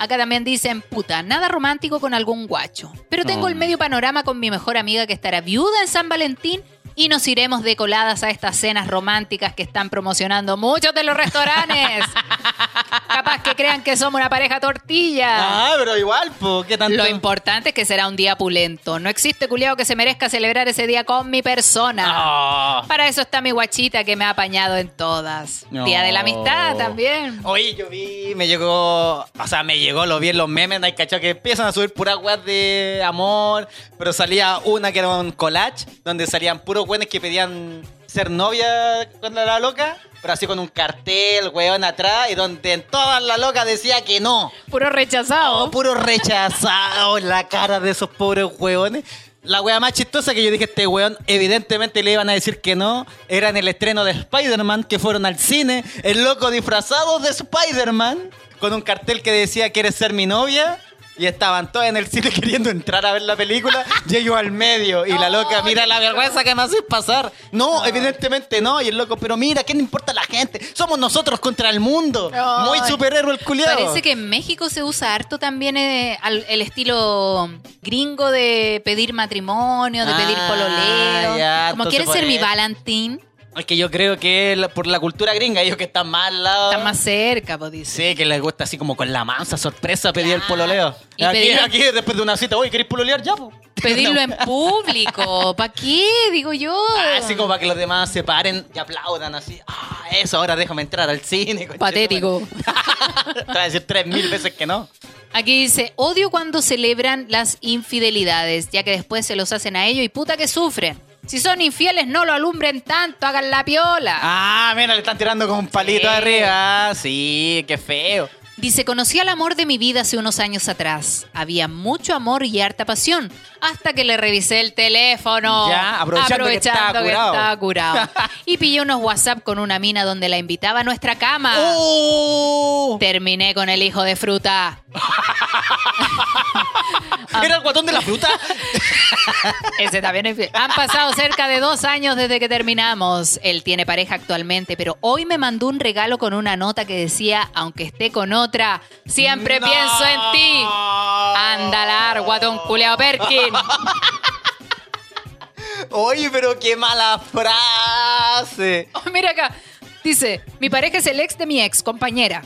S2: Acá también dicen, puta, nada romántico con algún guacho. Pero tengo el
S1: Mm.
S2: medio panorama con mi mejor amiga que estará viuda en San Valentín y nos iremos de coladas a estas cenas románticas que están promocionando muchos de los restaurantes. Capaz que crean que somos una pareja tortilla.
S1: Ah, pero igual, po, ¿qué tanto?
S2: Lo importante es que será un día pulento. No existe culiao que se merezca celebrar ese día con mi persona.
S1: Ah.
S2: Para eso está mi guachita que me ha apañado en todas.
S1: No.
S2: Día de la amistad también.
S1: Oye, yo vi, me llegó, o sea, me llegó, lo vi en los memes, hay cachado que empiezan a subir puras weas de amor, pero salía una que era un collage, donde salían puros weones que pedían ser novia con la, la loca, pero así con un cartel, weón, atrás, y donde en todas las locas decía que no.
S2: Puro rechazado.
S1: Oh, puro rechazado en la cara de esos pobres hueones. La wea más chistosa que yo dije, este weón, evidentemente le iban a decir que no, era en el estreno de Spider-Man, que fueron al cine, el loco disfrazado de Spider-Man, con un cartel que decía, ¿quieres ser mi novia? Y estaban todos en el cine queriendo entrar a ver la película, llego al medio y la loca, mira la vergüenza que me haces pasar. No, evidentemente no, y el loco, pero mira, ¿qué le importa a la gente? Somos nosotros contra el mundo. Muy
S2: Ay.
S1: superhéroe el culiado.
S2: Parece que en México se usa harto también eh, al- el estilo gringo de pedir matrimonio, de pedir
S1: Ah,
S2: pololeo.
S1: ya,
S2: Como
S1: entonces
S2: quieres
S1: por
S2: ser mi
S1: eso.
S2: Valentín,
S1: Es que yo creo que la- por la cultura gringa, ellos que están más al lado.
S2: está más cerca, pues dice.
S1: Sí, que les gusta así como con la mansa sorpresa pedir el
S2: Claro.
S1: pololeo.
S2: Y
S1: aquí,
S2: pedir-
S1: aquí después de una cita, oye, ¿queréis pololear ya? po?"
S2: Pedirlo
S1: No.
S2: en público. ¿Para qué? Digo yo.
S1: Ah, Así como para que los demás se paren y aplaudan así. Ah, eso, ahora déjame entrar al cine. conchetumare.
S2: Patético.
S1: Te voy a decir tres mil veces que no.
S2: Aquí dice, odio cuando celebran las infidelidades, ya que después se los hacen a ellos y puta que sufren. Si son infieles, no lo alumbren tanto, hagan la piola.
S1: Ah, mira, le están tirando con un palito
S2: Sí.
S1: arriba. Ah, Sí, qué feo.
S2: Dice, conocí al amor de mi vida hace unos años atrás. Había mucho amor y harta pasión. Hasta que le revisé el teléfono.
S1: Ya, aprovechando que estaba
S2: aprovechando
S1: curado.
S2: estaba curado. y pillé unos WhatsApp con una mina donde la invitaba a nuestra cama.
S1: Ah. Uh. ¡Oh!
S2: Terminé con el hijo de fruta.
S1: ¿Era el guatón de la fruta?
S2: Ese también es fiel. Han pasado cerca de dos años desde que terminamos. Él tiene pareja actualmente, pero hoy me mandó un regalo con una nota que decía, aunque esté con otra, siempre
S1: No.
S2: pienso en ti. Anda largo, guatón culeado Perkin.
S1: Oye, pero qué mala frase.
S2: Oh, mira acá. Dice, mi pareja es el ex de mi ex, compañera.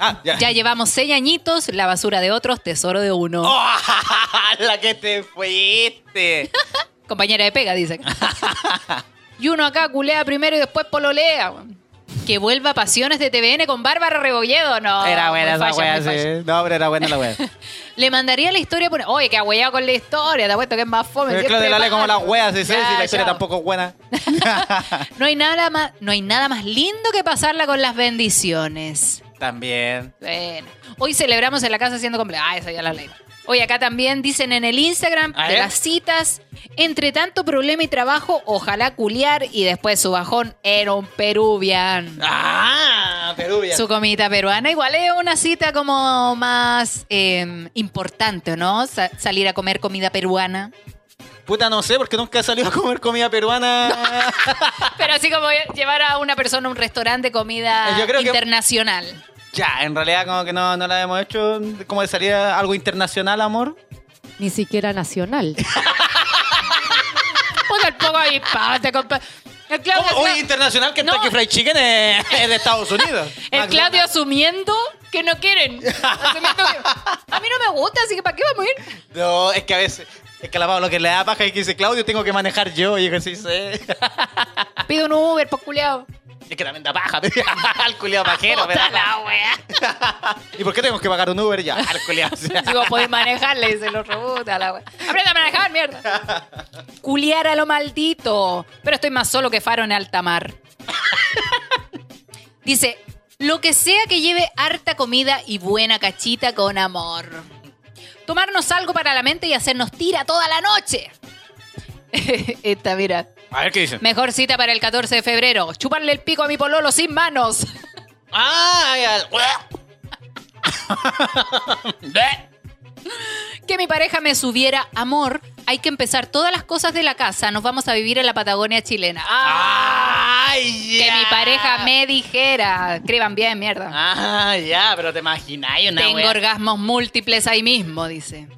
S1: Ah,
S2: Ya llevamos seis añitos, la basura de otros, tesoro de uno.
S1: ¡Oh! la que te fuiste.
S2: Compañera de pega, dice. acá. y uno acá culea primero y después pololea. weón. Que vuelva Pasiones de TVN con Bárbara Rebolledo, no.
S1: era buena
S2: muy
S1: esa
S2: falla,
S1: wea,
S2: muy falla.
S1: sí. No, pero era buena la wea.
S2: Le mandaría la historia, por... oye, que ha hueado con la historia, te apuesto que es más fome. este
S1: Pero
S2: siempre
S1: Claudia Lale como
S2: pasa.
S1: las weas, sí, sí,
S2: Ya,
S1: si la historia
S2: chao.
S1: tampoco es buena.
S2: No hay, nada más, no hay nada más lindo que pasarla con las bendiciones.
S1: También.
S2: Bueno, hoy celebramos en la casa haciendo cumpleaños. Ah, esa ya la leí. Hoy acá también dicen en el Instagram
S1: A
S2: de
S1: ver.
S2: las citas, entre tanto problema y trabajo, ojalá culiar y después su bajón era un peruvian.
S1: ¡Ah! comida peruviana.
S2: Su comidita peruana igual es una cita como más eh, importante, ¿no? Sa- salir a comer comida peruana.
S1: Puta, no sé, porque nunca he salido a comer comida peruana.
S2: Pero así como llevar a una persona a un restaurante de comida
S1: Yo creo que-
S2: internacional.
S1: ya, en realidad como que no, no la hemos hecho. Como de salir a algo internacional, amor.
S4: Ni siquiera nacional.
S2: Ponga el poco ahí, pa, te compa- El Claudio,
S1: ¿Cómo? Oye, internacional que
S2: No.
S1: Kentucky Fried Chicken es, es de Estados Unidos.
S2: el
S1: McDonald's.
S2: Claudio asumiendo que no quieren. Asumiendo que- a mí no me gusta, así que ¿para qué vamos a ir?
S1: No, es que a veces... Es que la Pablo que le da paja y que dice, Claudio, tengo que manejar yo. Y yo que sí sé.
S2: Pido un Uber, pues culiao.
S1: Es que también da paja. Al culiao pajero. me da
S2: Puta
S1: paja.
S2: la wea.
S1: ¿Y por qué tenemos que pagar un Uber ya? Al culiao. sí.
S2: Digo, podéis manejar, le dice el otro, puta la wea. Aprende a manejar, mierda. Culiar a lo maldito. Pero estoy más solo que faro en alta mar. Dice, lo que sea que lleve harta comida y buena cachita con amor. Tomarnos algo para la mente y hacernos tira toda la noche. Esta, mira.
S1: A ver qué dicen.
S2: Mejor cita para el 14 de febrero. Chuparle el pico a mi pololo sin manos.
S1: Ah, ya.
S2: que mi pareja me subiera amor, hay que empezar todas las cosas de la casa. Nos vamos a vivir en la Patagonia chilena. ¡Ah!
S1: Ay,
S2: Que
S1: ya.
S2: mi pareja me dijera. Escriban bien, mierda.
S1: Ah, ya, pero te imagináis una
S2: Tengo
S1: wea
S2: orgasmos múltiples ahí mismo, dice.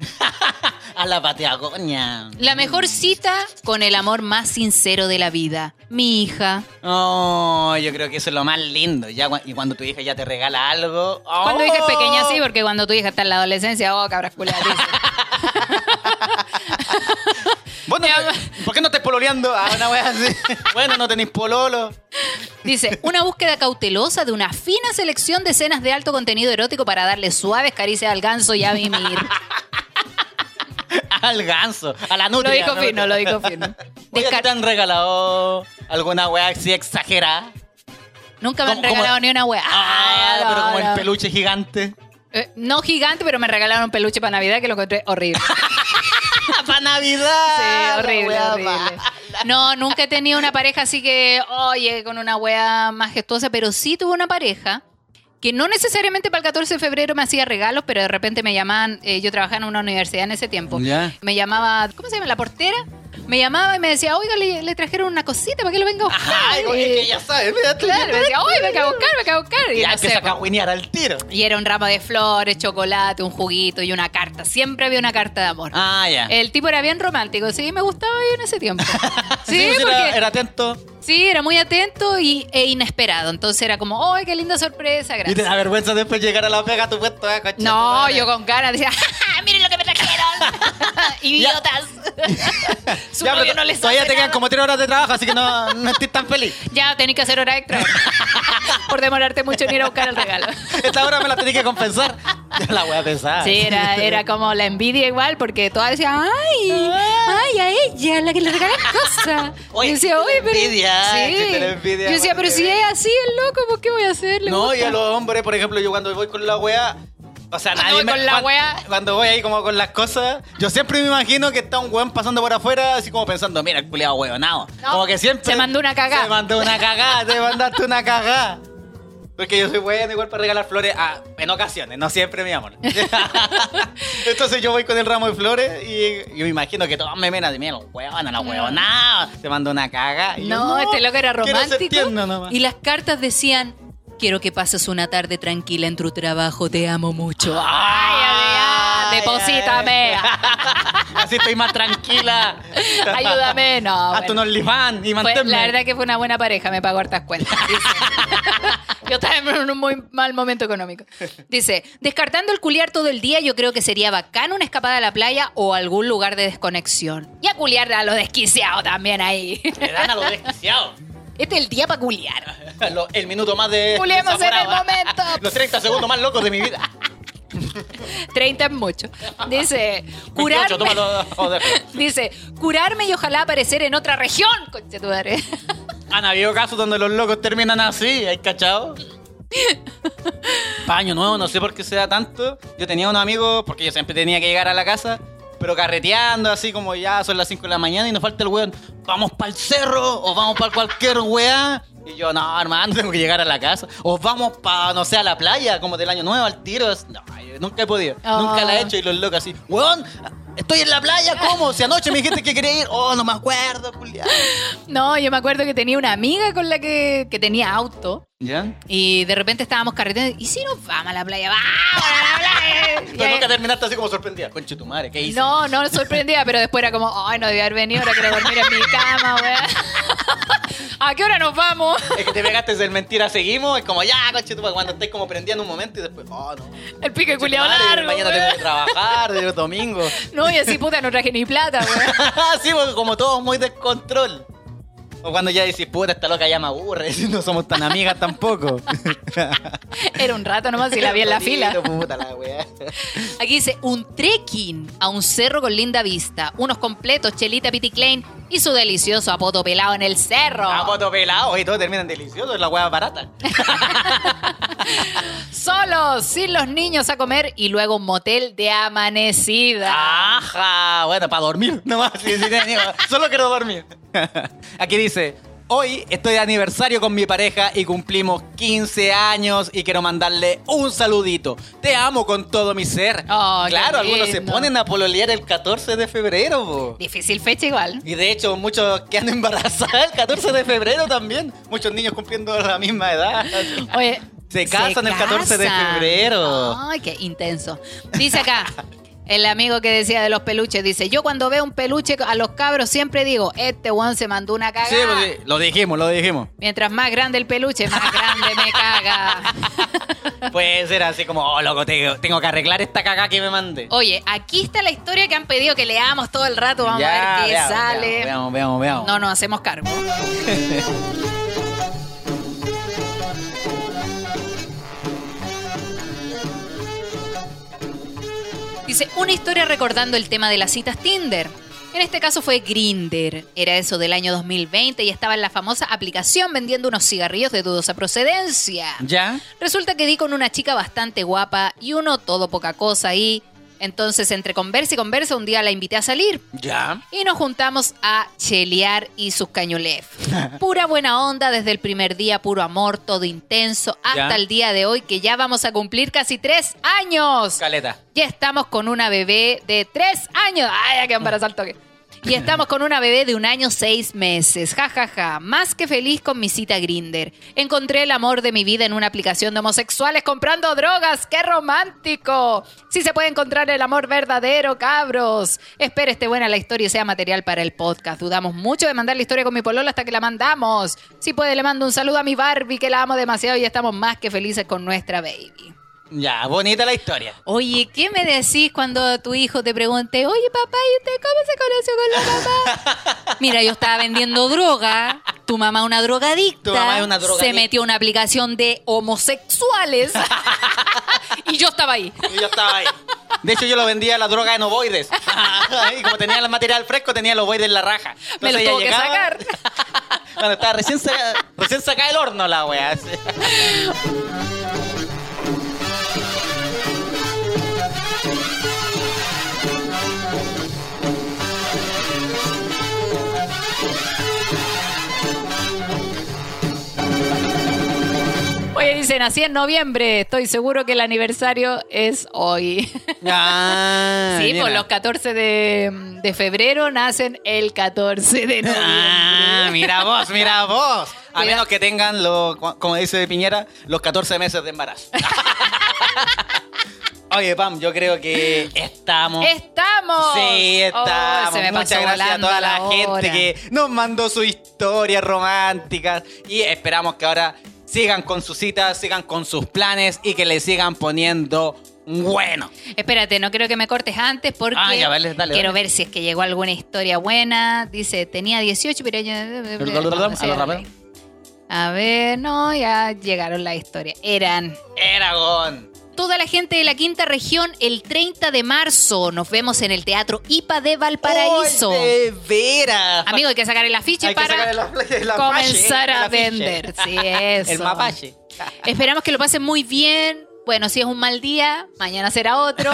S1: a la Patagonia.
S2: La mejor cita con el amor más sincero de la vida. Mi hija.
S1: Oh, yo creo que eso es lo más lindo. Ya, cua- y cuando tu hija ya te regala algo. oh.
S2: Cuando dije pequeña, sí, porque cuando tu hija está en la adolescencia, oh, cabras culiadas, dice.
S1: Vos no te- ¿Por qué no estás pololeando a una wea así? bueno, no tenéis pololo.
S2: Dice, una búsqueda cautelosa de una fina selección de escenas de alto contenido erótico para darle suaves caricias al ganso y a mimir.
S1: Al ganso, a la
S2: Lo
S1: nutria.
S2: dijo
S1: ¿no?
S2: fino, lo dijo fino.
S1: Oye, ¿a ti
S2: Descar-
S1: te han regalado alguna wea así exagerada?
S2: Nunca me han
S1: ¿Cómo- cómo-
S2: regalado ni una wea.
S1: Ah,
S2: Ah,
S1: pero
S2: no,
S1: como
S2: no.
S1: el peluche gigante.
S2: Eh, no gigante, pero me regalaron un peluche para Navidad que lo encontré horrible.
S1: ¡Para
S2: Sí,
S1: Navidad!
S2: horrible,
S1: La wea
S2: horrible.
S1: pa-
S2: No, nunca he tenido una pareja así que, oye, con una wea majestuosa, pero sí tuve una pareja que no necesariamente para el 14 de febrero me hacía regalos, pero de repente me llamaban, eh, yo trabajaba en una universidad en ese tiempo,
S1: Ya.
S2: me llamaba, ¿cómo se llama? La portera. Me llamaba y me decía, oiga, le, le trajeron una cosita para que lo venga a buscar.
S1: Ay,
S2: Y-
S1: oye, que ya sabes, mira tú.
S2: claro, me decía, oye, venga a buscar, venga a buscar. Y
S1: Ya
S2: no sé, pues,
S1: empieza a cagüinear al tiro.
S2: Y era un ramo de flores, chocolate, un juguito y una carta. Siempre había una carta de amor.
S1: Ah, ya.
S2: El tipo era bien romántico, sí, me gustaba yo en ese tiempo. Sí,
S1: pues
S2: porque
S1: era, era atento.
S2: sí, era muy atento y, e inesperado. Entonces era como, ¡ay, qué linda sorpresa!
S1: Y te
S2: Gracias.
S1: da vergüenza después llegar a la pega a tu puesto. ah, coche, tu
S2: No,
S1: madre.
S2: yo con cara decía, "Ja, ja, ¡miren lo que me trajeron! ¡Idiotas! Su
S1: Ya,
S2: novio
S1: pero
S2: no les
S1: Todavía
S2: hace
S1: te quedan
S2: nada.
S1: como tres horas de trabajo, así que no, no estés tan feliz.
S2: Ya, tenés que hacer hora extra por demorarte mucho en ir a buscar el regalo.
S1: Esta hora me la tenés que compensar. Ya la voy a pensar.
S2: Ah, Sí, era, era como la envidia igual, porque todas decían, ay, ay, a ella, la que le regalan cosas.
S1: Oye,
S2: yo decía,
S1: si te
S2: Ah.
S1: la
S2: oye,
S1: envidia, si
S2: pero.
S1: te la envidia
S2: yo decía,
S1: cuando
S2: pero
S1: te
S2: si
S1: ve".
S2: es así, el loco, ¿por qué voy a hacerle?
S1: No, y a los hombres, por ejemplo, yo cuando voy con la wea. O sea,
S2: Cuando
S1: nadie
S2: voy
S1: me-
S2: con la
S1: cuan-
S2: wea.
S1: Cuando voy ahí como con las cosas, yo siempre me imagino que está un weón pasando por afuera, así como pensando, mira, el culiado weonado.
S2: No,
S1: como que siempre.
S2: se mandó una cagá.
S1: Se mandó una cagada, te mandaste una cagada. Porque yo soy bueno igual para regalar flores ah, en ocasiones, no siempre, mi amor. Entonces yo voy con el ramo de flores y yo me imagino que todos me ven así, mira, huevona, la huevonada. Se mandó una cagada. Y yo,
S2: No, este loco era
S1: quiero ser
S2: romántico.
S1: tierno nomás.
S2: Y las cartas decían, quiero que pases una tarde tranquila en tu trabajo, te amo mucho. Ay, ay, ay, deposítame,
S1: Así estoy más tranquila.
S2: ayúdame, no.
S1: Haz
S2: bueno.
S1: un OnlyFans y
S2: Fue-
S1: manténme.
S2: la verdad que fue una buena pareja, me pagó hartas cuentas. dice. yo estaba en un muy mal momento económico. Dice, descartando el culiar todo el día, yo creo que sería bacán una escapada a la playa o algún lugar de desconexión. Y a culiar a los desquiciados también ahí.
S1: Le dan a los desquiciados.
S2: Este es el día para culiar.
S1: Lo- el minuto más de...
S2: Juliemos
S1: de sabor
S2: en el
S1: a-
S2: momento.
S1: Los 30 segundos más locos de mi vida.
S2: 30 es mucho. Dice,
S1: 28,
S2: curarme.
S1: tómalo, joder.
S2: Dice, curarme y ojalá aparecer en otra región, concha tu madre.
S1: Han habido casos donde los locos terminan así, ¿hay cachado? Paño nuevo, no sé por qué se da tanto. Yo tenía un amigo, porque yo siempre tenía que llegar a la casa, pero carreteando, así como ya son las 5 de la mañana y nos falta el weón. Vamos para el cerro o vamos para cualquier weá. Y yo, no, hermano, tengo que llegar a la casa. O vamos para, no sé, a la playa, como del año nuevo, al tiro. Es- No, yo nunca he podido.
S2: Oh.
S1: Nunca la he hecho. Y los locos así, weón, estoy en la playa, ¿cómo? Si anoche me dijiste que quería ir. Oh, no me acuerdo, Julián.
S2: No, yo me acuerdo que tenía una amiga con la que, que tenía auto
S1: ¿Ya?
S2: y de repente estábamos carreteando. ¿Y si nos vamos a la playa? ¡Vamos a la playa!
S1: Pero nunca terminaste así como sorprendida. Conche tu madre, ¿qué hice?
S2: No, no sorprendida, pero después era como, ay, no debía haber venido, ahora quiero dormir en mi cama, weón. ¿A qué hora nos vamos?
S1: Es que te pegaste el mentira, seguimos. Es como, ya, conche tu madre. Cuando estés como prendida en un momento y después, oh, no.
S2: El
S1: Conche
S2: pique
S1: tu
S2: culiao
S1: madre,
S2: largo.
S1: Mañana tengo que
S2: weón.
S1: trabajar, el domingo.
S2: No, y así puta, no traje ni plata, weón.
S1: sí, porque como todos muy descontrol. O cuando ya decís, puta, esta loca ya me aburre, si no somos tan amigas tampoco.
S2: Era un rato nomás y la vi en la fila.
S1: Puta la weá.
S2: Aquí dice, un trekking a un cerro con linda vista, unos completos, Chelita Pity Klein y su delicioso apoto pelado en el cerro.
S1: Ah, poto pelado y todo terminan deliciosos, la weá barata.
S2: Solos, sin los niños a comer y luego un motel de amanecida.
S1: Ah. Ajá, bueno, para dormir nomás. sí, sí, te digo, solo quiero dormir. Aquí dice, hoy estoy de aniversario con mi pareja y cumplimos 15 años y quiero mandarle un saludito. Te amo con todo mi ser.
S2: Oh, qué
S1: claro, algunos se
S2: lindo.
S1: ponen a pololear el 14 de febrero. po.
S2: Difícil fecha igual.
S1: Y de hecho, muchos quedan embarazados el 14 de febrero también. Muchos niños cumpliendo la misma edad.
S2: Oye,
S1: Se casan el 14 de febrero.
S2: Ay, qué intenso. Dice acá. El amigo que decía de los peluches dice, yo cuando veo un peluche a los cabros siempre digo, este one se mandó una cagada.
S1: Sí, pues sí, lo dijimos, lo dijimos.
S2: Mientras más grande el peluche, más grande me caga.
S1: Puede ser así como, oh, loco, te- tengo que arreglar esta cagada que me mandé.
S2: Oye, aquí está la historia que han pedido que leamos todo el rato. Vamos
S1: Ya,
S2: a ver qué
S1: veamos,
S2: sale.
S1: Veamos, veamos, veamos.
S2: No nos hacemos cargo. Dice, una historia recordando el tema de las citas Tinder. En este caso fue Grinder. Era eso del año 2020 y estaba en la famosa aplicación vendiendo unos cigarrillos de dudosa procedencia.
S1: ¿Ya?
S2: Resulta que di con una chica bastante guapa y uno todo poca cosa ahí. Entonces, entre conversa y conversa, un día la invité a salir.
S1: ¿Ya?
S2: Y nos juntamos a chelear y sus cañulef. Pura buena onda desde el primer día, puro amor, todo intenso, hasta
S1: Ya.
S2: el día de hoy que ya vamos a cumplir casi tres años.
S1: Caleta.
S2: Ya estamos con una bebé de tres años. Ay, ya que embarazada al toque. Y estamos con una bebé de un año seis meses. Ja, ja, ja. Más que feliz con mi cita Grinder. Encontré el amor de mi vida en una aplicación de homosexuales comprando drogas. ¡Qué romántico! Sí se puede encontrar el amor verdadero, cabros. Espero esté buena la historia y sea material para el podcast. Dudamos mucho de mandar la historia con mi polola hasta que la mandamos. Si puede, le mando un saludo a mi Barbie, que la amo demasiado y estamos más que felices con nuestra baby.
S1: Ya, bonita la historia.
S2: Oye, ¿qué me decís cuando tu hijo te pregunte, oye papá, ¿y usted cómo se conoció con la mamá? Mira, yo estaba vendiendo droga, tu mamá una drogadicta,
S1: Tu mamá es una
S2: se
S1: drogadicta.
S2: metió a una aplicación de homosexuales y yo estaba ahí.
S1: Y yo estaba ahí. De hecho, yo lo vendía la droga en ovoides. y como tenía el material fresco, tenía el ovoide en la raja.
S2: Me
S1: Entonces
S2: lo
S1: ella
S2: tuvo que
S1: llegaba-
S2: sacar.
S1: Cuando estaba recién sacada, recién sacada el horno la wea. así.
S2: Oye, dicen, así en noviembre, estoy seguro que el aniversario es hoy.
S1: Ah,
S2: sí,
S1: mira.
S2: por los 14 de, de febrero nacen el 14 de noviembre.
S1: Ah, mira vos, mira vos. A
S2: Cuida-
S1: menos que tengan, lo, cu- como dice Piñera, los 14 meses de embarazo. Oye, Pam, yo creo que estamos.
S2: ¡Estamos!
S1: Sí,
S2: Oh,
S1: estamos.
S2: se me
S1: Muchas
S2: pasó
S1: gracias a
S2: volando
S1: toda la, gente
S2: hora.
S1: que nos mandó sus historias románticas y esperamos que ahora sigan con sus citas, sigan con sus planes y que le sigan poniendo bueno.
S2: Espérate, no quiero que me cortes antes porque
S1: Ah, ya, vale, dale,
S2: quiero
S1: dale.
S2: ver si es que llegó alguna historia buena. Dice, tenía 18, pero ya...
S1: A lo rápido.
S2: A ver, no, ya llegaron las historias. Eran
S1: Eragón.
S2: toda la gente de la quinta región el 30 de marzo. Nos vemos en el Teatro IPA de Valparaíso.
S1: ¡Ay, De veras.
S2: Amigo, hay que sacar el afiche
S1: Hay que
S2: para
S1: sacar el af- el apache,
S2: comenzar
S1: el
S2: a
S1: afiche.
S2: vender. Sí, eso.
S1: El mapache.
S2: Esperamos que lo pasen muy bien. Bueno, si es un mal día, mañana será otro.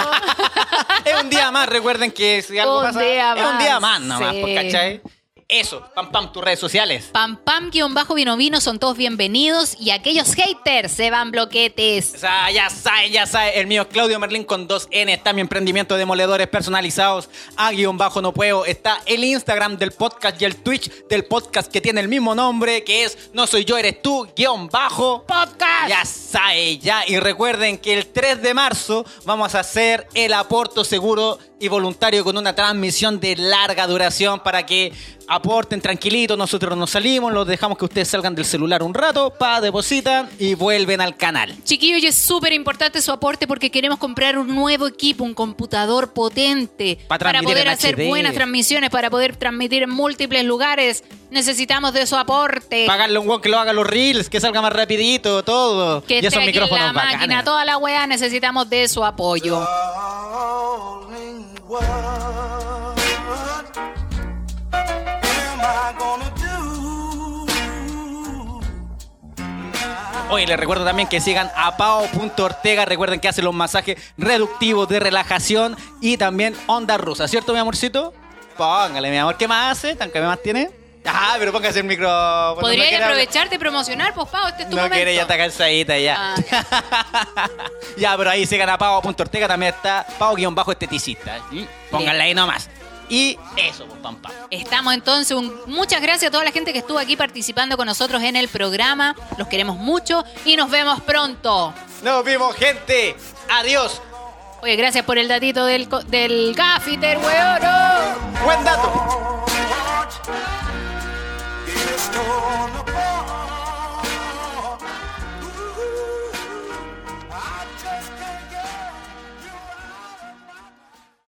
S1: es un día más, recuerden que si algo
S2: Un
S1: pasa,
S2: día
S1: es un
S2: más,
S1: día más nomás,
S2: sí.
S1: pues, ¿cachai? Eso, pam pam, tus redes sociales.
S2: Pam pam guión bajo vino vino son todos bienvenidos y aquellos haters se van
S1: O
S2: bloquetes.
S1: sea, ya saben, ya saben, el mío es Claudio Merlín con 2N, está mi emprendimiento de demoledores personalizados, a guión bajo no puedo, está el Instagram del podcast y el Twitch del podcast que tiene el mismo nombre, que es No Soy Yo, Eres Tú, guión bajo.
S2: Podcast.
S1: Ya saben, ya, y recuerden que el 3 de marzo vamos a hacer el aporto seguro y voluntario con una transmisión de larga duración para que aporten tranquilito, nosotros nos salimos, los dejamos que ustedes salgan del celular un rato, pa, depositan y vuelven al canal.
S2: Chiquillos, y es súper importante su aporte porque queremos comprar un nuevo equipo, un computador potente
S1: Pa
S2: para
S1: transmitir
S2: poder
S1: en
S2: hacer
S1: HD.
S2: buenas transmisiones, para poder transmitir en múltiples lugares. Necesitamos de su aporte.
S1: Pagarle un weón que lo haga los reels, que salga más rapidito, todo.
S2: que
S1: y
S2: esté
S1: esos
S2: aquí
S1: micrófonos
S2: la máquina,
S1: bacanes.
S2: toda la weá, necesitamos de su apoyo.
S3: Darling, what am I gonna do?
S1: Oye, les recuerdo también que sigan a pao.ortega. Recuerden que hace los masajes reductivos de relajación y también onda rusa, ¿cierto, mi amorcito? Póngale, mi amor, ¿qué más hace? ¿Tan que más tiene? Ah, pero póngase el micrófono.
S2: Podrías
S1: quiere hablar.
S2: aprovecharte y promocionar, pues Pau, este es tu
S1: no
S2: momento.
S1: quiere, ya está cansadita ya.
S2: Ah,
S1: ya, pero ahí sigan a pao.ortega. También está pao-esteticista. ¿sí? Pónganle ahí nomás. Y eso, pues, pam, pam.
S2: Estamos entonces, un- muchas gracias a toda la gente que estuvo aquí participando con nosotros en el programa. Los queremos mucho y nos vemos pronto.
S1: Nos vimos, gente. Adiós.
S2: Oye, gracias por el datito del, co- del gaffiter, weón.